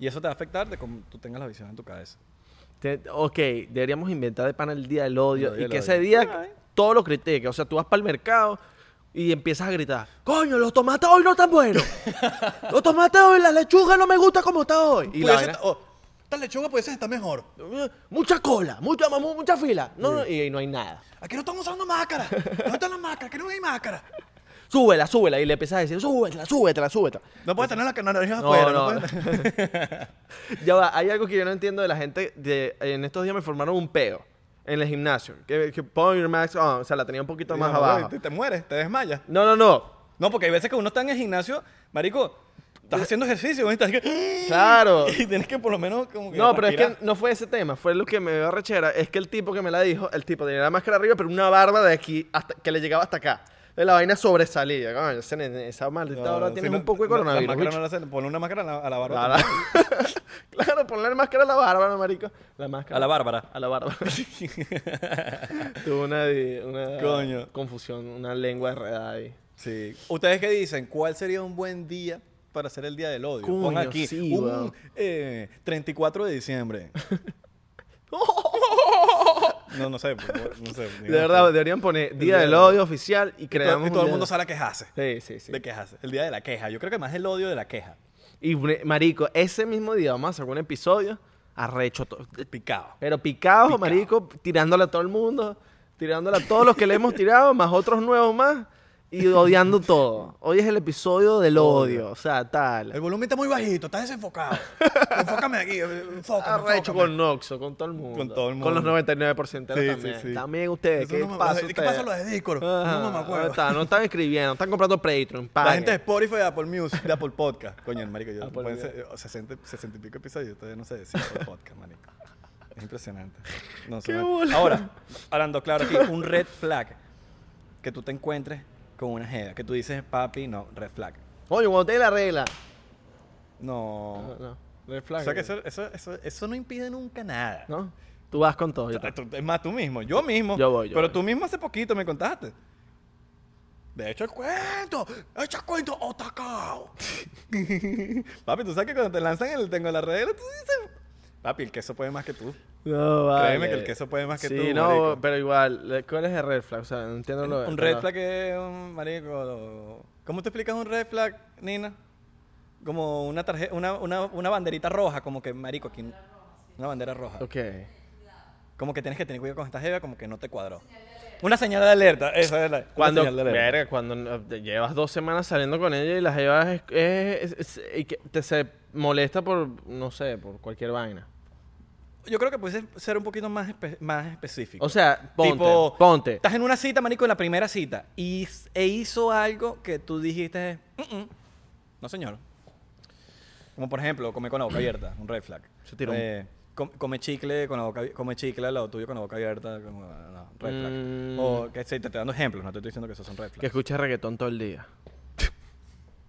Speaker 1: Y eso te va a afectar de cómo tú tengas la visión en tu cabeza.
Speaker 2: Te- ok, deberíamos inventar de pana el día del odio
Speaker 1: El día
Speaker 2: y
Speaker 1: del
Speaker 2: que
Speaker 1: odio.
Speaker 2: ese día
Speaker 1: Ay.
Speaker 2: todo lo critique. O sea, tú vas para el mercado y empiezas a gritar: Coño, los tomates hoy no están buenos. los tomates hoy, la lechuga no me gusta como está hoy. Y la
Speaker 1: Pudiese
Speaker 2: vaina,
Speaker 1: ta- o, esta lechuga puede ser está mejor.
Speaker 2: "Eh, mucha cola, mucha, mamu- mucha fila.
Speaker 1: Mm.
Speaker 2: No, no, y, no hay nada.
Speaker 1: Aquí no están usando máscara. No están las máscaras, que no hay máscara.
Speaker 2: Súbela, súbela. Y le empiezas a decir: Súbetela, súbetela, súbetela.
Speaker 1: No puedes tener la nariz
Speaker 2: No,
Speaker 1: afuera.
Speaker 2: no.
Speaker 1: No, puedes-
Speaker 2: ya va, hay algo que yo no entiendo de la gente. De, en estos días me formaron un pedo en el gimnasio. Que, que pon your max on. O sea, la tenía un poquito más
Speaker 1: No,
Speaker 2: abajo.
Speaker 1: Te, te mueres, te desmayas.
Speaker 2: No, no, no.
Speaker 1: No, porque hay veces que uno está en el gimnasio, marico, estás haciendo ejercicio, ¿no? estás que-
Speaker 2: Claro.
Speaker 1: Y tienes que por lo menos como que
Speaker 2: No, pero es que
Speaker 1: respirar.
Speaker 2: no fue ese tema, fue lo que me dio rechera. Es que el tipo que me la dijo, el tipo tenía la máscara arriba, pero una barba de aquí hasta, que le llegaba hasta acá. De la vaina sobresalía. Coño, ese nene- esa maldita
Speaker 1: No,
Speaker 2: ahora
Speaker 1: si
Speaker 2: tienes
Speaker 1: no-
Speaker 2: un poco de
Speaker 1: no, la
Speaker 2: coronavirus.
Speaker 1: máscara
Speaker 2: bicho.
Speaker 1: no la hacen, ponle una máscara a la, a la barba.
Speaker 2: La- la- claro, ponle la máscara a la barba, marico. La máscara.
Speaker 1: A la Bárbara.
Speaker 2: A la barba. Tuve una, di- una
Speaker 1: Coño.
Speaker 2: confusión, una lengua enredada ahí.
Speaker 1: Sí. ¿Ustedes qué dicen? ¿Cuál sería un buen día para hacer el Día del Odio?
Speaker 2: Coño,
Speaker 1: Pon aquí
Speaker 2: sí, weón.
Speaker 1: un eh, 34 de diciembre. No, no sé. pues, No sé
Speaker 2: De verdad, deberían poner Día
Speaker 1: día
Speaker 2: del
Speaker 1: del-
Speaker 2: Odio oficial
Speaker 1: Y
Speaker 2: y
Speaker 1: to-
Speaker 2: creamos.
Speaker 1: y todo
Speaker 2: un
Speaker 1: el mundo
Speaker 2: día-
Speaker 1: sabe a quejarse.
Speaker 2: Sí, sí, sí.
Speaker 1: De quejarse. El Día de la Queja. Yo creo que más el odio de la queja.
Speaker 2: Y bre- marico, ese mismo día vamos a hacer un episodio arrecho. to-
Speaker 1: Picado.
Speaker 2: Pero picado, marico, tirándole a todo el mundo, tirándole a todos los que le hemos tirado, más otros nuevos más, y odiando todo. Hoy es el episodio del odio, o sea,
Speaker 1: El
Speaker 2: tal.
Speaker 1: volumen está muy bajito, estás desenfocado. Enfócame aquí, enfócame.
Speaker 2: Arrecho
Speaker 1: enfócame.
Speaker 2: con Noxo, con todo el mundo.
Speaker 1: Con todo el
Speaker 2: Con los
Speaker 1: mundo.
Speaker 2: 99% también.
Speaker 1: Sí, sí, sí.
Speaker 2: También ustedes,
Speaker 1: Eso
Speaker 2: ¿qué
Speaker 1: no me-
Speaker 2: pasa?
Speaker 1: ¿Qué
Speaker 2: ustedes?
Speaker 1: pasa los de Discord?
Speaker 2: Ajá,
Speaker 1: No me acuerdo.
Speaker 2: ahí está, no están escribiendo, están comprando Patreon.
Speaker 1: La
Speaker 2: paguen.
Speaker 1: gente de Spotify, de Apple Music, de Apple Podcast. Coño, marico, yo
Speaker 2: Apple
Speaker 1: pueden
Speaker 2: Music.
Speaker 1: ser, eh, 60, 60 y pico episodios, todavía no sé decir Apple Podcast, marico. Es impresionante. No,
Speaker 2: Qué
Speaker 1: son-
Speaker 2: bola.
Speaker 1: Ahora, hablando claro aquí, un red flag que tú te encuentres con una jeva, que tú dices, papi, no, red flag.
Speaker 2: Oye, cuando te la regla.
Speaker 1: No,
Speaker 2: No, no. Red
Speaker 1: O
Speaker 2: flag.
Speaker 1: sea que eso, eso, eso, eso no impide nunca nada.
Speaker 2: ¿No? Tú vas con todo.
Speaker 1: O
Speaker 2: yo
Speaker 1: sea,
Speaker 2: te-
Speaker 1: tú- es más, tú mismo, yo mismo.
Speaker 2: Yo voy, yo
Speaker 1: pero
Speaker 2: voy.
Speaker 1: tú mismo hace poquito me contaste. De hecho, el cuento, echa cuento, otacao. Papi, tú sabes que cuando te lanzan el tengo la red, tú dices. Papi, el queso puede más que tú.
Speaker 2: No,
Speaker 1: Créeme que el queso puede más que
Speaker 2: sí,
Speaker 1: tú,
Speaker 2: no,
Speaker 1: marico.
Speaker 2: pero igual, eh, ¿cuál es el red flag? O sea, no entiendo lo
Speaker 1: un red
Speaker 2: pero-
Speaker 1: flag es un marico. ¿Cómo te explicas un red flag, Nina? Como una tarjeta, una, una, una banderita roja, como que marico aquí. Una bandera roja.
Speaker 2: Ok.
Speaker 1: Como que tienes que tener cuidado con esta jeva, como que no te cuadró. Una señal de alerta, esa es la. una
Speaker 2: Cuando,
Speaker 1: señal de alerta.
Speaker 2: verga, cuando no- te llevas dos semanas saliendo con ella y las llevas es, es- es- es- y que te se molesta por, no sé, por cualquier vaina.
Speaker 1: Yo creo que puedes ser un poquito más, espe- más específico.
Speaker 2: O sea, ponte,
Speaker 1: Tipo,
Speaker 2: ponte.
Speaker 1: Estás en una cita, marico, en la primera cita, y, s- e hizo algo que tú dijiste, "Mm, mm, no señor. Como por ejemplo, come con la boca abierta, un red flag.
Speaker 2: Se tiró un-
Speaker 1: Eh, com- come chicle con la boca abi- come chicle al lado tuyo con la boca abierta, como, no, red flag.
Speaker 2: Mm.
Speaker 1: O que se te estoy dando ejemplos, no te estoy diciendo que esos son red
Speaker 2: Que
Speaker 1: flags.
Speaker 2: escuchas reggaetón todo el día.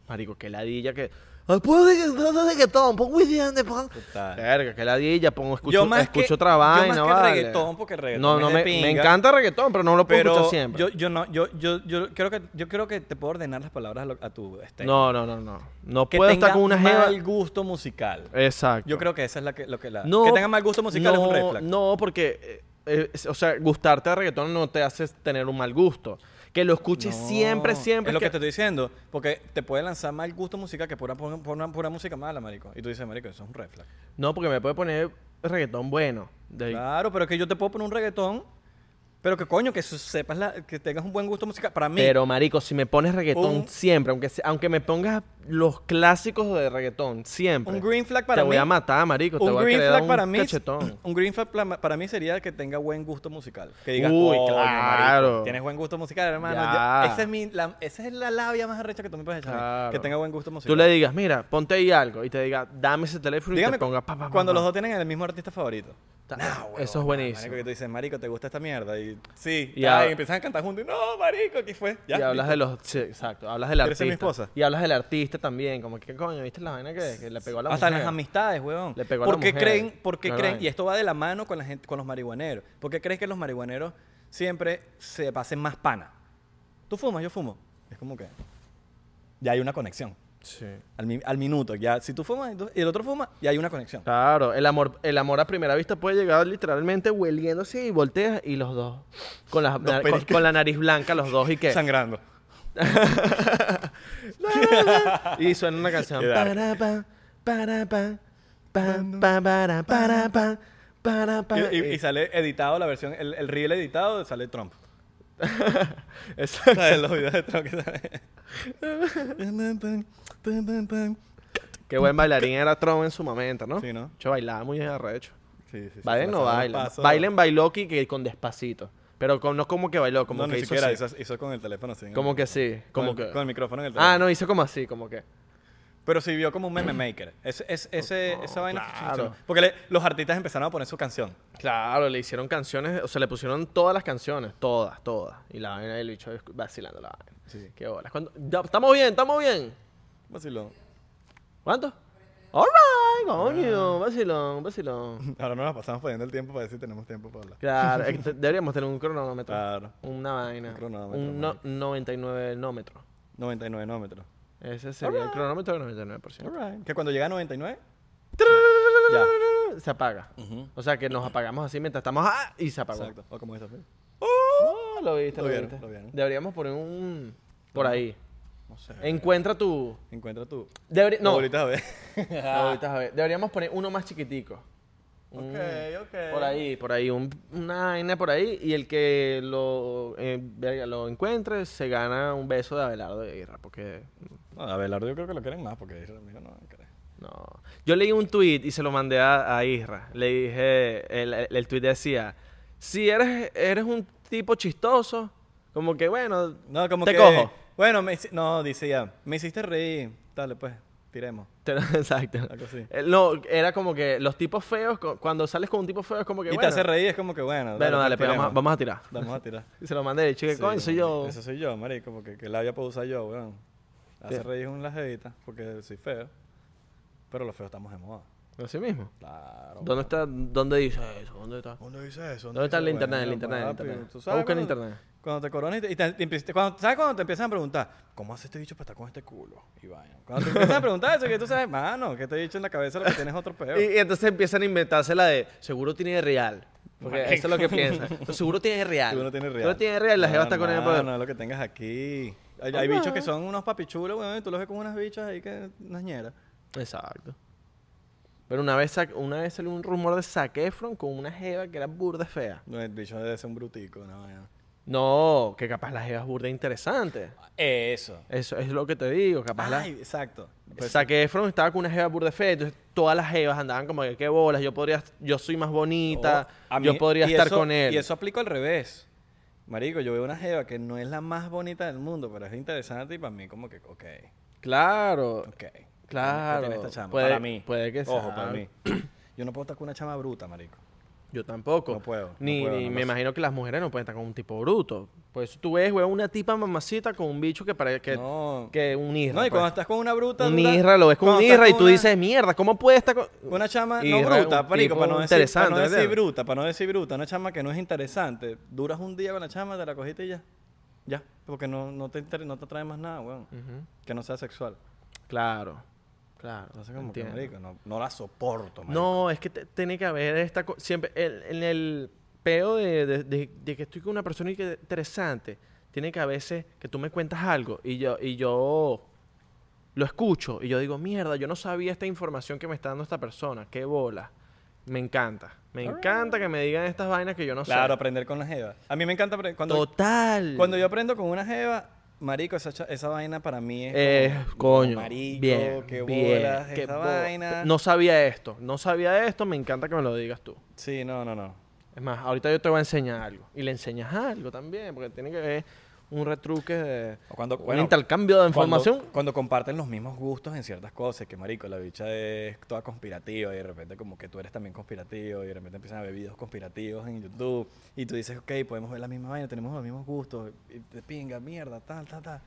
Speaker 2: Marico, qué ladilla que... Ay, pongo reggaetón, pongo reggaetón, pongo Wisin, pongo-
Speaker 1: Total.
Speaker 2: Verga, qué ladilla, pongo, escucho,
Speaker 1: Yo más que-
Speaker 2: escucho otra vaina,
Speaker 1: yo más que
Speaker 2: vale.
Speaker 1: reggaetón, porque el reggaetón
Speaker 2: No,
Speaker 1: es
Speaker 2: no,
Speaker 1: de
Speaker 2: me,
Speaker 1: pinga.
Speaker 2: me encanta reggaetón, pero no lo puedo
Speaker 1: Pero
Speaker 2: escuchar siempre.
Speaker 1: yo, yo no, yo, yo, yo creo que yo creo que te puedo ordenar las palabras a, lo- a tu este.
Speaker 2: No, no, no, no. No
Speaker 1: que
Speaker 2: puedo
Speaker 1: tenga
Speaker 2: estar con una jeva.
Speaker 1: mal gusto musical.
Speaker 2: Exacto.
Speaker 1: Yo creo que esa es la que, lo que la que tenga mal gusto musical es un red flag.
Speaker 2: No, porque, eh, eh, es- o sea, gustarte de reggaetón no te hace tener un mal gusto. Que lo escuches
Speaker 1: No,
Speaker 2: siempre, siempre.
Speaker 1: Es lo que...
Speaker 2: que-
Speaker 1: te estoy diciendo, porque te puede lanzar mal gusto musical que pura, pura, pura- pura música mala, marico. Y tú dices, marico, eso es un red flag.
Speaker 2: No, porque me puede poner reggaetón bueno. De-
Speaker 1: Claro, pero es que yo te puedo poner un reggaetón, pero que coño, que su- sepas la- que tengas un buen gusto musical. Para mí,
Speaker 2: Pero, marico, si me pones reggaetón
Speaker 1: Un-
Speaker 2: siempre, aunque, se- aunque me pongas los clásicos de reggaetón siempre.
Speaker 1: un green flag para
Speaker 2: Te
Speaker 1: mí.
Speaker 2: voy a matar, marico. te
Speaker 1: un
Speaker 2: voy a
Speaker 1: green
Speaker 2: crear
Speaker 1: flag
Speaker 2: un
Speaker 1: para mí
Speaker 2: cachetón.
Speaker 1: un green flag pla- para mí sería que tenga buen gusto musical que digas
Speaker 2: Uy,
Speaker 1: "Coño,
Speaker 2: claro.
Speaker 1: marico, tienes buen gusto musical hermano
Speaker 2: Ya.
Speaker 1: ya". esa es mi la, esa es la labia más arrecha que tú me puedes echar a mí,
Speaker 2: Claro.
Speaker 1: que tenga buen gusto
Speaker 2: Tú
Speaker 1: musical
Speaker 2: le digas, mira, ponte ahí algo. Y te diga, dame ese teléfono
Speaker 1: dígame
Speaker 2: y te ponga pa, pa, pa,
Speaker 1: cuando
Speaker 2: pa.
Speaker 1: los dos tienen el mismo artista favorito
Speaker 2: Ta-
Speaker 1: No,
Speaker 2: Eso es
Speaker 1: huevón,
Speaker 2: buenísimo.
Speaker 1: marico que tú dices marico te gusta esta mierda y sí
Speaker 2: Y
Speaker 1: y, ya,
Speaker 2: hab-
Speaker 1: y empiezan a cantar juntos y no marico aquí fue ya
Speaker 2: y hablas
Speaker 1: listo.
Speaker 2: de los. sí, exacto. Hablas del
Speaker 1: ¿Quieres
Speaker 2: artista.
Speaker 1: ser mi esposa?
Speaker 2: Y hablas del artista también. Como que coño, ¿viste la vaina que, que le pegó a la
Speaker 1: hasta
Speaker 2: mujer?
Speaker 1: las amistades, huevón.
Speaker 2: Le pegó a la
Speaker 1: porque
Speaker 2: mujer.
Speaker 1: creen, porque
Speaker 2: Claro,
Speaker 1: creen,
Speaker 2: vaina.
Speaker 1: y esto va de la mano con la gente, con los marihuaneros. Porque crees que los marihuaneros siempre se pasen más pana. Tú fumas, yo fumo. Es como que ya hay una conexión.
Speaker 2: Sí.
Speaker 1: Al, mi- al minuto, ya si tú fumas y tú- y el otro fuma, ya hay una conexión.
Speaker 2: Claro, el amor, el amor a primera vista puede llegar literalmente hueliéndose y volteas y los dos. Con, las- na- con- con,
Speaker 1: pericos.
Speaker 2: la nariz blanca, los dos y que.
Speaker 1: Sangrando.
Speaker 2: y suena una canción.
Speaker 1: Qué dark.
Speaker 2: Para, pa, para, pa, pa, pa, para, para, pa, para, pa. Eh,
Speaker 1: Y, y- y sale editado la versión, el, el reel editado sale Trump.
Speaker 2: Exacto.
Speaker 1: ¿Sabes? Los videos de Trump que sale.
Speaker 2: Qué buen bailarín era Tron en su momento, ¿no?
Speaker 1: Sí, ¿no?
Speaker 2: Yo bailaba muy arrecho.
Speaker 1: Sí, sí, sí, se
Speaker 2: Bailen
Speaker 1: la
Speaker 2: no
Speaker 1: sabe de
Speaker 2: bailan.
Speaker 1: paso.
Speaker 2: Bailen bailó que, que con despacito. Pero con- no como que bailó, como
Speaker 1: no,
Speaker 2: que
Speaker 1: ni
Speaker 2: hizo
Speaker 1: siquiera
Speaker 2: así.
Speaker 1: hizo, hizo con el teléfono así. en el-
Speaker 2: Como que sí,
Speaker 1: Con
Speaker 2: como
Speaker 1: el-
Speaker 2: que...
Speaker 1: Con el micrófono en el teléfono.
Speaker 2: Ah, no, hizo como así, como que...
Speaker 1: Pero sí vio como un meme maker. Es, es- ese, esa vaina
Speaker 2: Oh, claro.
Speaker 1: funcionó. Porque le- los artistas empezaron a poner su canción.
Speaker 2: Claro, le hicieron canciones, o sea, le pusieron todas las canciones, todas, todas. Y la vaina del bicho es- vacilando la vaina.
Speaker 1: Sí.
Speaker 2: Qué bolas. ¿Cuándo- ya, Estamos bien, estamos bien.
Speaker 1: Vacilón.
Speaker 2: ¿Cuánto? All right,
Speaker 1: Ah.
Speaker 2: coño, vacilón, vacilón.
Speaker 1: Ahora no nos pasamos perdiendo el tiempo para decir si tenemos tiempo para hablar.
Speaker 2: Claro, es que te- deberíamos tener un cronómetro.
Speaker 1: Claro.
Speaker 2: Una vaina.
Speaker 1: Un cronómetro,
Speaker 2: Un no- 99 nómetro.
Speaker 1: 99 nómetros.
Speaker 2: Ese sería el cronómetro del 99%.
Speaker 1: Alright. Que cuando llega a 99,
Speaker 2: Ya. Se apaga. O sea que nos apagamos así mientras estamos. ¡ah! Y se apagó.
Speaker 1: exacto. O como esa fue.
Speaker 2: No, lo viste,
Speaker 1: Lo
Speaker 2: lo,
Speaker 1: vieron,
Speaker 2: viste.
Speaker 1: lo vieron.
Speaker 2: Deberíamos poner un. Por ahí.
Speaker 1: No sé.
Speaker 2: Encuentra tu.
Speaker 1: Encuentra tu.
Speaker 2: Deberi- No.
Speaker 1: Ahorita a ver.
Speaker 2: No, ahorita, a ver. Deberíamos poner uno más chiquitico. Un-
Speaker 1: Ok, ok.
Speaker 2: Mm. Por ahí, por ahí. un- una vaina por ahí. Y el que lo, eh, verga, lo encuentre se gana un beso de Abelardo de Guerra. Porque
Speaker 1: No, a Belardo yo creo que lo quieren más porque dice, amigo, no, creo.
Speaker 2: No. Yo leí un tweet y se lo mandé a, a Isra. Le dije, el, el, tweet decía, si eres, eres un tipo chistoso, como que bueno,
Speaker 1: No, como
Speaker 2: te
Speaker 1: que.
Speaker 2: cojo.
Speaker 1: Bueno, me hici- no, dice ya. Me hiciste reír. Dale, pues, tiremos.
Speaker 2: Te- Exacto.
Speaker 1: Algo así.
Speaker 2: Eh, No, era como que los tipos feos, cu- cuando sales con un tipo feo es como que
Speaker 1: Y
Speaker 2: bueno.
Speaker 1: te hace reír, es como que bueno.
Speaker 2: Bueno, dale, pues, vamos, a-
Speaker 1: tiremos.
Speaker 2: vamos a tirar.
Speaker 1: Vamos a tirar.
Speaker 2: Y se lo mandé, y chico,
Speaker 1: Sí,
Speaker 2: coño, soy
Speaker 1: marico,
Speaker 2: yo.
Speaker 1: Eso soy yo, marico, porque que labia puedo usar yo, weón. Hace
Speaker 2: Sí.
Speaker 1: reír un las porque soy feo. Pero los feos estamos de moda.
Speaker 2: Así mismo.
Speaker 1: Claro.
Speaker 2: ¿Dónde está? ¿Dónde dice eso? ¿Dónde está?
Speaker 1: ¿Dónde dice eso?
Speaker 2: ¿Dónde está el
Speaker 1: dice-
Speaker 2: internet? El
Speaker 1: Bueno,
Speaker 2: internet, el
Speaker 1: papi,
Speaker 2: internet.
Speaker 1: ¿tú
Speaker 2: Va a buscar en
Speaker 1: cuando-
Speaker 2: internet.
Speaker 1: Cuando te coronas y te, y te- te empiezas- cuando, ¿sabes cuando te empiezan a preguntar? ¿Cómo hace este bicho para estar con este culo? Y vaina. Cuando te empiezan a preguntar eso, que tú sabes, mano, que te he dicho en la cabeza lo que tienes otro peo.
Speaker 2: Y, y entonces empiezan a inventarse la de seguro tiene real. Porque eso es lo que piensan. Pero Seguro tiene real.
Speaker 1: Tú no tienes real.
Speaker 2: Seguro tiene real. La jeva está con él.
Speaker 1: No,
Speaker 2: pero-
Speaker 1: no, lo que tengas aquí. Hay, hay bichos que son unos papichulos, weón, y tú los ves con unas bichas ahí que unas ñeras.
Speaker 2: Exacto. Pero una vez, sa- una vez salió un rumor de Zac Efron con una jeva que era burda fea.
Speaker 1: No, el bicho debe ser un brutico, una vaina.
Speaker 2: No, que capaz la jeva es burda e interesante.
Speaker 1: Eso.
Speaker 2: Eso es lo que te digo, capaz la...
Speaker 1: Ay, exacto. Pues,
Speaker 2: Zac Efron estaba con una jeva burda fea, entonces todas las jevas andaban como que qué bolas, yo podría, yo soy más bonita,
Speaker 1: oh, a mí-
Speaker 2: yo podría
Speaker 1: y
Speaker 2: estar
Speaker 1: eso-
Speaker 2: con él.
Speaker 1: Y eso aplico al revés. Marico, yo veo una jeva que no es la más bonita del mundo, pero es interesante y para mí como que, ok,
Speaker 2: Claro,
Speaker 1: ok.
Speaker 2: Claro,
Speaker 1: ¿Qué tiene esta chama?
Speaker 2: puede-
Speaker 1: para mí.
Speaker 2: puede que
Speaker 1: Ojo,
Speaker 2: sea.
Speaker 1: para mí. Yo no puedo estar con una chama bruta, marico.
Speaker 2: yo tampoco.
Speaker 1: No puedo, no
Speaker 2: Ni,
Speaker 1: puedo,
Speaker 2: ni
Speaker 1: no
Speaker 2: me
Speaker 1: lo sé.
Speaker 2: imagino que las mujeres no pueden estar con un tipo bruto. Por eso tú ves, weón, una tipa mamacita con un bicho que parece que,
Speaker 1: no.
Speaker 2: que un isra.
Speaker 1: no, y
Speaker 2: pues.
Speaker 1: cuando estás con una bruta...
Speaker 2: Un
Speaker 1: dura-
Speaker 2: isra, lo ves con un
Speaker 1: cuando estás
Speaker 2: isra y
Speaker 1: con
Speaker 2: tú
Speaker 1: una-
Speaker 2: dices, mierda, ¿cómo puede estar con...?
Speaker 1: Una chama
Speaker 2: Isra,
Speaker 1: no bruta,
Speaker 2: un
Speaker 1: marico,
Speaker 2: tipo
Speaker 1: para no, decir,
Speaker 2: interesante,
Speaker 1: para no decir
Speaker 2: ¿entiendes?
Speaker 1: bruta, para no decir bruta, una chama que no es interesante. Duras un día con la chama, te la cogiste y ya. Ya, porque no, no, te, inter- no te trae más nada, weón.
Speaker 2: Ujú.
Speaker 1: Que no sea sexual.
Speaker 2: Claro, claro.
Speaker 1: Entonces, como
Speaker 2: entiendo.
Speaker 1: que, marico, no, no la soporto, marico.
Speaker 2: No, es que te- tiene que haber esta... co- Siempre, el- en el peo de, de- de- de que estoy con una persona y que interesante, tiene que a veces que tú me cuentas algo y yo, y yo lo escucho y yo digo, mierda, yo no sabía esta información que me está dando esta persona, qué bola. Me encanta, me encanta que me digan estas vainas que yo no
Speaker 1: Claro,
Speaker 2: sé.
Speaker 1: aprender con la jeva. A mí me encanta apre- cuando,
Speaker 2: Total.
Speaker 1: cuando yo aprendo con una jeva, marico, esa, cha- esa vaina para mí es
Speaker 2: Eh,
Speaker 1: como,
Speaker 2: coño.
Speaker 1: marico,
Speaker 2: bien,
Speaker 1: qué
Speaker 2: bien,
Speaker 1: bolas
Speaker 2: qué
Speaker 1: esa
Speaker 2: bo-
Speaker 1: vaina.
Speaker 2: No sabía esto, no sabía esto, me encanta que me lo digas tú.
Speaker 1: Sí, no, no, no.
Speaker 2: Es más, ahorita yo te voy a enseñar algo. Y le enseñas algo también, porque tiene que ver un retruque de...
Speaker 1: O cuando-
Speaker 2: un
Speaker 1: bueno,
Speaker 2: intercambio de información.
Speaker 1: Cuando, cuando comparten los mismos gustos en ciertas cosas, que marico, la bicha es toda conspirativa y de repente como que tú eres también conspirativo y de repente empiezan a ver videos conspirativos en YouTube y tú dices, ok, podemos ver la misma vaina, tenemos los mismos gustos, y te pinga, mierda, tal, tal, tal.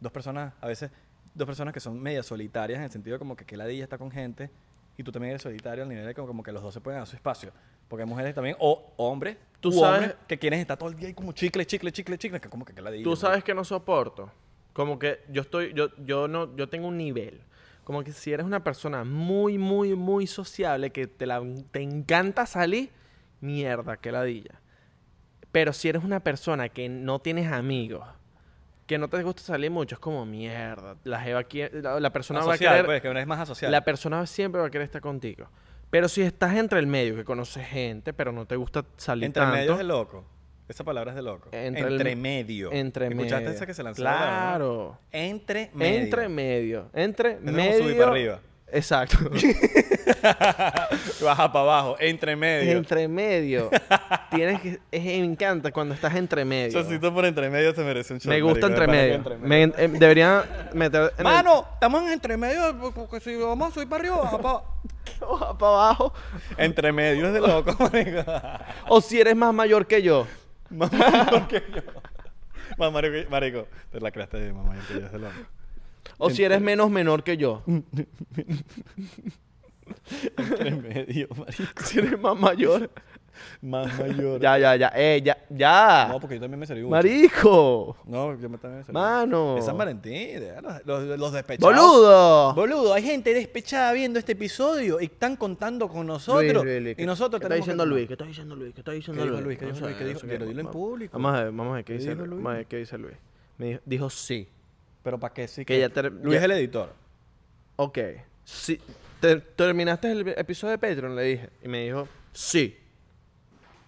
Speaker 1: Dos personas, a veces, dos personas que son media solitarias en el sentido de como que, que la dilla está con gente y tú también eres solitario al nivel de como, como que los dos se pueden dar su espacio. Porque hay mujeres también, o hombres,
Speaker 2: Tú
Speaker 1: u
Speaker 2: sabes-
Speaker 1: hombres que quieren estar todo el día ahí como chicle, chicle, chicle, chicle, que como que, que la dilla.
Speaker 2: Tú
Speaker 1: marico.
Speaker 2: sabes que no soporto. Como que yo estoy, yo, yo no, yo tengo un nivel. Como que si eres una persona muy, muy, muy sociable, que te, la, te encanta salir, mierda, qué ladilla. Pero si eres una persona que no tienes amigos, que no te gusta salir mucho, es como mierda. La, jeva quiere- la, la persona va a
Speaker 1: Asocial,
Speaker 2: querer...
Speaker 1: pues, que una es más asocial.
Speaker 2: La persona siempre va a querer estar contigo. Pero si estás entre el medio, que conoces gente, pero no te gusta salir
Speaker 1: entre
Speaker 2: tanto...
Speaker 1: medio es de loco. Esa palabra es de loco.
Speaker 2: Entre el-
Speaker 1: medio.
Speaker 2: Entre
Speaker 1: ¿Escuchaste
Speaker 2: medio.
Speaker 1: esa que se lanzó?
Speaker 2: Claro.
Speaker 1: Entre medio.
Speaker 2: Entre medio. Entre
Speaker 1: como
Speaker 2: medio.
Speaker 1: subir para arriba.
Speaker 2: Exacto.
Speaker 1: Baja para abajo. Entre medio.
Speaker 2: entre medio. Tienes que. es- me encanta cuando estás entre medio.
Speaker 1: Chocito por entre medio se merece un shot,
Speaker 2: me gusta
Speaker 1: marico,
Speaker 2: entre
Speaker 1: de pana que
Speaker 2: medio. Me, eh, debería meter. en el-
Speaker 1: Mano, estamos en entre medio porque si vamos a subir para arriba, baja para abajo.
Speaker 2: Ojo, para abajo.
Speaker 1: Entre medio es de loco, marico.
Speaker 2: O si eres más mayor que yo.
Speaker 1: Más marico que yo. Más marico, marico. Te la creaste de mamá, yo es de loco.
Speaker 2: O si eres menos menor que yo.
Speaker 1: Mm. Entre medio, marico.
Speaker 2: si eres más mayor.
Speaker 1: Más mayor.
Speaker 2: Ya, ya, ya. Eh, ya, ya.
Speaker 1: No, porque yo también me serví mucho.
Speaker 2: Marico.
Speaker 1: No, yo me también serví.
Speaker 2: Mano.
Speaker 1: Es San Valentín, de- los, los- los despechados.
Speaker 2: Boludo.
Speaker 1: Boludo, hay gente despechada viendo este episodio y están contando con nosotros.
Speaker 2: Luis, Luis, ¿qué-
Speaker 1: y nosotros
Speaker 2: ¿qué está
Speaker 1: tenemos que-
Speaker 2: diciendo Luis? ¿Qué está diciendo Luis? ¿Qué está diciendo
Speaker 1: dijo
Speaker 2: Luis?
Speaker 1: Luis? ¿Qué
Speaker 2: No
Speaker 1: dijo
Speaker 2: sé,
Speaker 1: Luis? ¿Qué
Speaker 2: no
Speaker 1: dijo?
Speaker 2: sé
Speaker 1: Pero dilo en
Speaker 2: Va-
Speaker 1: público.
Speaker 2: Vamos a ver, vamos a ver qué, dice
Speaker 1: dijo
Speaker 2: Luis.
Speaker 1: Luis?
Speaker 2: Vamos a ver qué dice Luis. Me dijo, dijo sí.
Speaker 1: Pero para qué sí
Speaker 2: Que ya ter-
Speaker 1: Luis
Speaker 2: ya-
Speaker 1: el editor.
Speaker 2: Ok. Sí. Ter- ¿Terminaste el episodio de Patreon? Le dije. Y me dijo sí.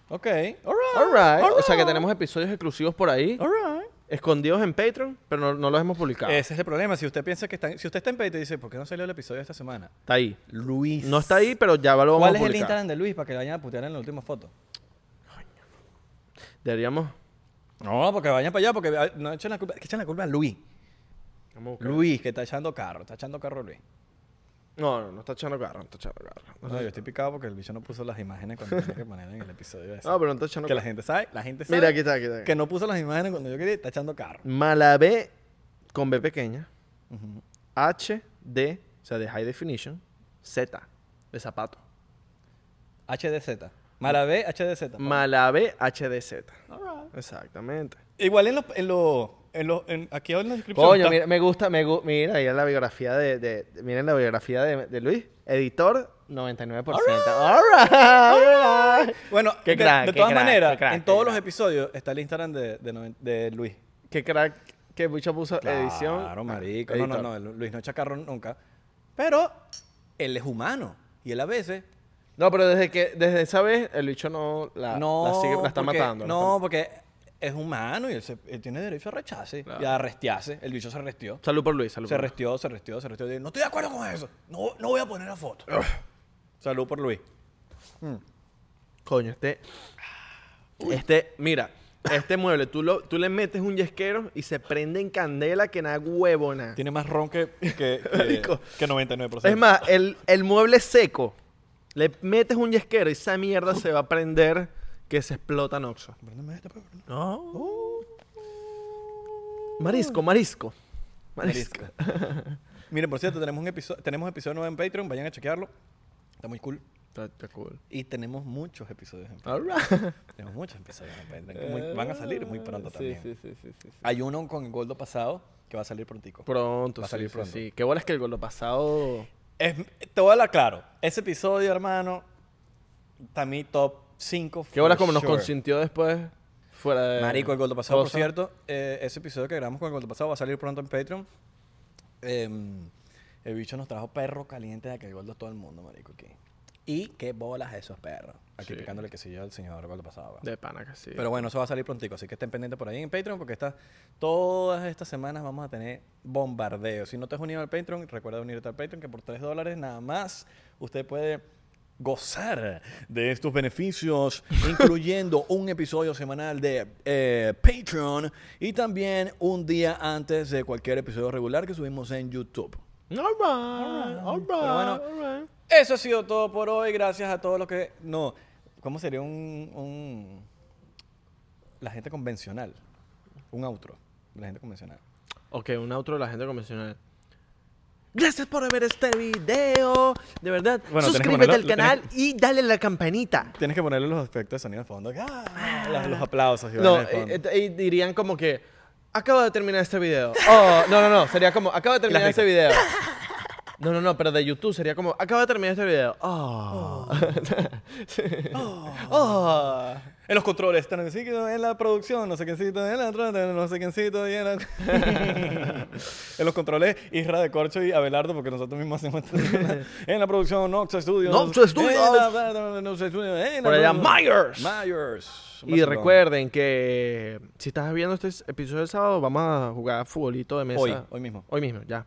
Speaker 1: Ok. Alright.
Speaker 2: Alright. O sea que tenemos episodios exclusivos por ahí.
Speaker 1: Alright.
Speaker 2: Escondidos en Patreon, pero no, no los hemos publicado.
Speaker 1: Ese es el problema. Si usted piensa que está, si usted está en Patreon y dice, ¿por qué no salió el episodio esta semana?
Speaker 2: Está ahí.
Speaker 1: Luis.
Speaker 2: No está ahí, pero ya lo vamos
Speaker 1: ¿Cuál
Speaker 2: a
Speaker 1: es el
Speaker 2: publicar.
Speaker 1: Instagram de Luis para que vayan a putear en la última foto?
Speaker 2: Deberíamos.
Speaker 1: No, porque vayan para allá, porque ah, no echen la culpa, que echen la culpa a Luis.
Speaker 2: vamos a buscar.
Speaker 1: Luis, que está echando carro, está echando carro Luis.
Speaker 2: No, no, no está echando carro, no está echando carro.
Speaker 1: No, yo estoy picado porque el bicho no puso las imágenes cuando tenía que poner en el episodio ese.
Speaker 2: No, pero no está echando
Speaker 1: que la
Speaker 2: carro.
Speaker 1: gente sabe, la gente sabe
Speaker 2: Mira, aquí está, aquí está.
Speaker 1: que no puso las imágenes cuando yo quería, está echando carro.
Speaker 2: Malabé con B pequeña. HD, o sea, de High Definition, Z. de zapato.
Speaker 1: HDZ. Malabé, HDZ.
Speaker 2: Malabé HDZ. Exactamente.
Speaker 1: Igual en los, en los, en los, en- aquí en la descripción.
Speaker 2: Coño,
Speaker 1: está-
Speaker 2: mira, me gusta, me gu- mira, ahí es la biografía de, de- de- miren la biografía de, de Luis, editor 99%. All right, all right.
Speaker 1: Bueno,
Speaker 2: Qué
Speaker 1: de,
Speaker 2: crack,
Speaker 1: de
Speaker 2: qué
Speaker 1: todas
Speaker 2: crack,
Speaker 1: maneras,
Speaker 2: qué crack,
Speaker 1: en
Speaker 2: qué
Speaker 1: todos los
Speaker 2: crack.
Speaker 1: episodios está el Instagram de, de, noven- de Luis.
Speaker 2: Qué crack que mucho puso edición.
Speaker 1: Claro, marico. No, no,
Speaker 2: Editor.
Speaker 1: no. el Luis no es chacarro nunca. Pero él es humano. Y él a veces.
Speaker 2: No, pero desde que desde esa vez el bicho no la,
Speaker 1: no.
Speaker 2: la sigue- la está
Speaker 1: porque-
Speaker 2: matando. la
Speaker 1: No,
Speaker 2: está-
Speaker 1: porque es humano y él, se- él tiene derecho a rechazarse
Speaker 2: Claro.
Speaker 1: y a arrestiarse. El bicho se arrestió.
Speaker 2: Salud por Luis, salud.
Speaker 1: Se
Speaker 2: por Luis.
Speaker 1: restió, se restió, se restió. No estoy de acuerdo con eso. No, no voy a poner la foto. Salud por Luis.
Speaker 2: Coño, este este, mira, este mueble tú lo tú le metes un yesquero y se prende en candela que nada huevona.
Speaker 1: Tiene más ron que, que, que,
Speaker 2: Marico.
Speaker 1: que 99%.
Speaker 2: Es más, el, el mueble seco, le metes un yesquero y esa mierda se va a prender que se explota en Oxxo.
Speaker 1: Préndeme esta, pues, préndeme. Uh,
Speaker 2: Marisco, marisco. Marisco.
Speaker 1: Marisco. Miren, por cierto, tenemos un episodio, tenemos episodio nuevo en Patreon. Vayan a chequearlo. Está muy cool.
Speaker 2: Está, está cool.
Speaker 1: Y tenemos muchos episodios en Patreon.
Speaker 2: All right.
Speaker 1: Tenemos muchos episodios en Patreon. que muy- van a salir muy pronto
Speaker 2: Ah. Sí,
Speaker 1: también.
Speaker 2: Sí, sí, sí, sí, sí.
Speaker 1: Hay uno con el Goldo pasado que va a salir prontico.
Speaker 2: Pronto,
Speaker 1: Va a
Speaker 2: sí,
Speaker 1: salir
Speaker 2: sí,
Speaker 1: pronto.
Speaker 2: sí. Qué bueno es que el lo pasado.
Speaker 1: Es, te voy a hablar claro. Ese episodio, hermano, está mi top 5.
Speaker 2: Qué bueno como nos consintió después fuera de.
Speaker 1: Marico, el Gordo Pasado, por
Speaker 2: cosa.
Speaker 1: cierto. eh, ese episodio que grabamos con el Gordo Pasado va a salir pronto en Patreon. Em, el bicho nos trajo perro caliente de que el Gordo es todo el mundo, marico. Aquí. Y qué bolas esos perros. Aquí
Speaker 2: Sí.
Speaker 1: picándole que sí al señor Gordo Pasado.
Speaker 2: De pana que sí.
Speaker 1: Pero bueno, eso va a salir prontico, así que estén pendientes por ahí en Patreon porque está, todas estas semanas vamos a tener bombardeo. Si no te has unido al Patreon, recuerda unirte al Patreon que por 3 dólares nada más usted puede gozar de estos beneficios, incluyendo un episodio semanal de eh, Patreon y también un día antes de cualquier episodio regular que subimos en YouTube.
Speaker 2: All right, all right,
Speaker 1: Pero bueno,
Speaker 2: all right.
Speaker 1: Eso ha sido todo por hoy. Gracias a todos los que. No, ¿cómo sería un. un- la gente convencional? Un outro. de La gente convencional.
Speaker 2: Ok, un outro de la gente convencional. Gracias por ver este video. De verdad,
Speaker 1: Bueno, tenés que
Speaker 2: suscríbete
Speaker 1: ponerlo-
Speaker 2: al
Speaker 1: lo
Speaker 2: canal y dale a la campanita.
Speaker 1: Tienes que ponerle los efectos de sonido de fondo. ¡Ah! Los, los aplausos. y
Speaker 2: No,
Speaker 1: vainas de fondo.
Speaker 2: eh, eh, y dirían como que acabo de terminar este video. Oh, no, no, no, sería como acabo de terminar este video. No, no, no, pero de YouTube sería como acabo de terminar este video. Oh. Oh.
Speaker 1: En los controles están así, en la producción, no sé quiéncito, en la otra, no sé quiéncito, y en la... En los controles, Isra de Corcho y Abelardo, porque nosotros mismos hacemos esto. En la producción, Nox Studios.
Speaker 2: Nox Studios.
Speaker 1: En la- Nox Studios, en la-
Speaker 2: Por allá, Myers.
Speaker 1: Myers.
Speaker 2: Y recuerden que si estás viendo este episodio del sábado, vamos a jugar futbolito de mesa.
Speaker 1: Hoy, hoy mismo.
Speaker 2: Hoy mismo, ya.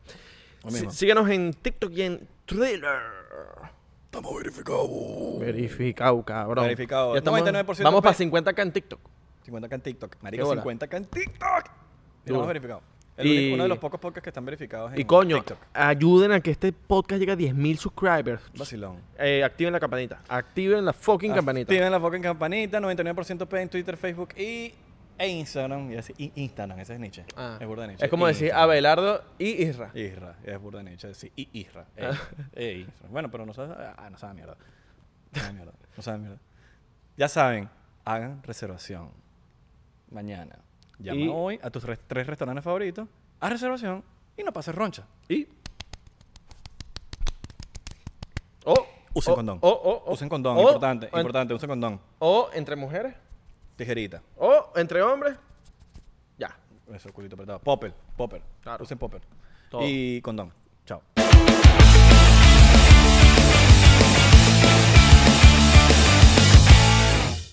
Speaker 1: Hoy
Speaker 2: Sí-
Speaker 1: mismo.
Speaker 2: síganos en TikTok y en Thriller.
Speaker 1: Estamos verificados.
Speaker 2: Verificado, cabrón.
Speaker 1: Verificado.
Speaker 2: Ya estamos-
Speaker 1: 99%
Speaker 2: Vamos
Speaker 1: pe-
Speaker 2: para 50k en TikTok.
Speaker 1: 50 acá en TikTok.
Speaker 2: Qué
Speaker 1: Marico,
Speaker 2: bola.
Speaker 1: 50 acá en TikTok. Ya
Speaker 2: Duro.
Speaker 1: Estamos verificados. El
Speaker 2: Y-
Speaker 1: único- uno de los pocos podcasts que están verificados en
Speaker 2: Y coño,
Speaker 1: TikTok.
Speaker 2: ayuden a que este podcast llegue a 10.000 subscribers.
Speaker 1: Vacilón.
Speaker 2: Eh, activen la campanita. Activen la fucking campanita.
Speaker 1: Tienen la fucking campanita, 99% P en Twitter, Facebook y, e Instagram. Y así, i- Instagram, ese es Nietzsche.
Speaker 2: Ah.
Speaker 1: Es burda de Nietzsche.
Speaker 2: Es como decir
Speaker 1: Instagram.
Speaker 2: Abelardo y Isra.
Speaker 1: Isra, es burda de Nietzsche. Sí, i- Isra. Ey,
Speaker 2: Ah.
Speaker 1: ey, Isra. Bueno, pero no sabe, ah, no sabe mierda. No sabe mierda. No sabe mierda. Ya saben, hagan reservación. Mañana. Llama
Speaker 2: Y-
Speaker 1: hoy a tus re- tres restaurantes favoritos, haz reservación y no pases roncha.
Speaker 2: Y. Oh,
Speaker 1: Usen
Speaker 2: oh,
Speaker 1: condón.
Speaker 2: Oh, oh, oh.
Speaker 1: Usen condón,
Speaker 2: Oh,
Speaker 1: importante,
Speaker 2: o en-
Speaker 1: importante, usen condón.
Speaker 2: O entre mujeres.
Speaker 1: Tijerita.
Speaker 2: O entre hombres. Ya.
Speaker 1: Eso, culito apretado. Popper, popper.
Speaker 2: Claro.
Speaker 1: Usen popper.
Speaker 2: Todo.
Speaker 1: Y condón. Chao.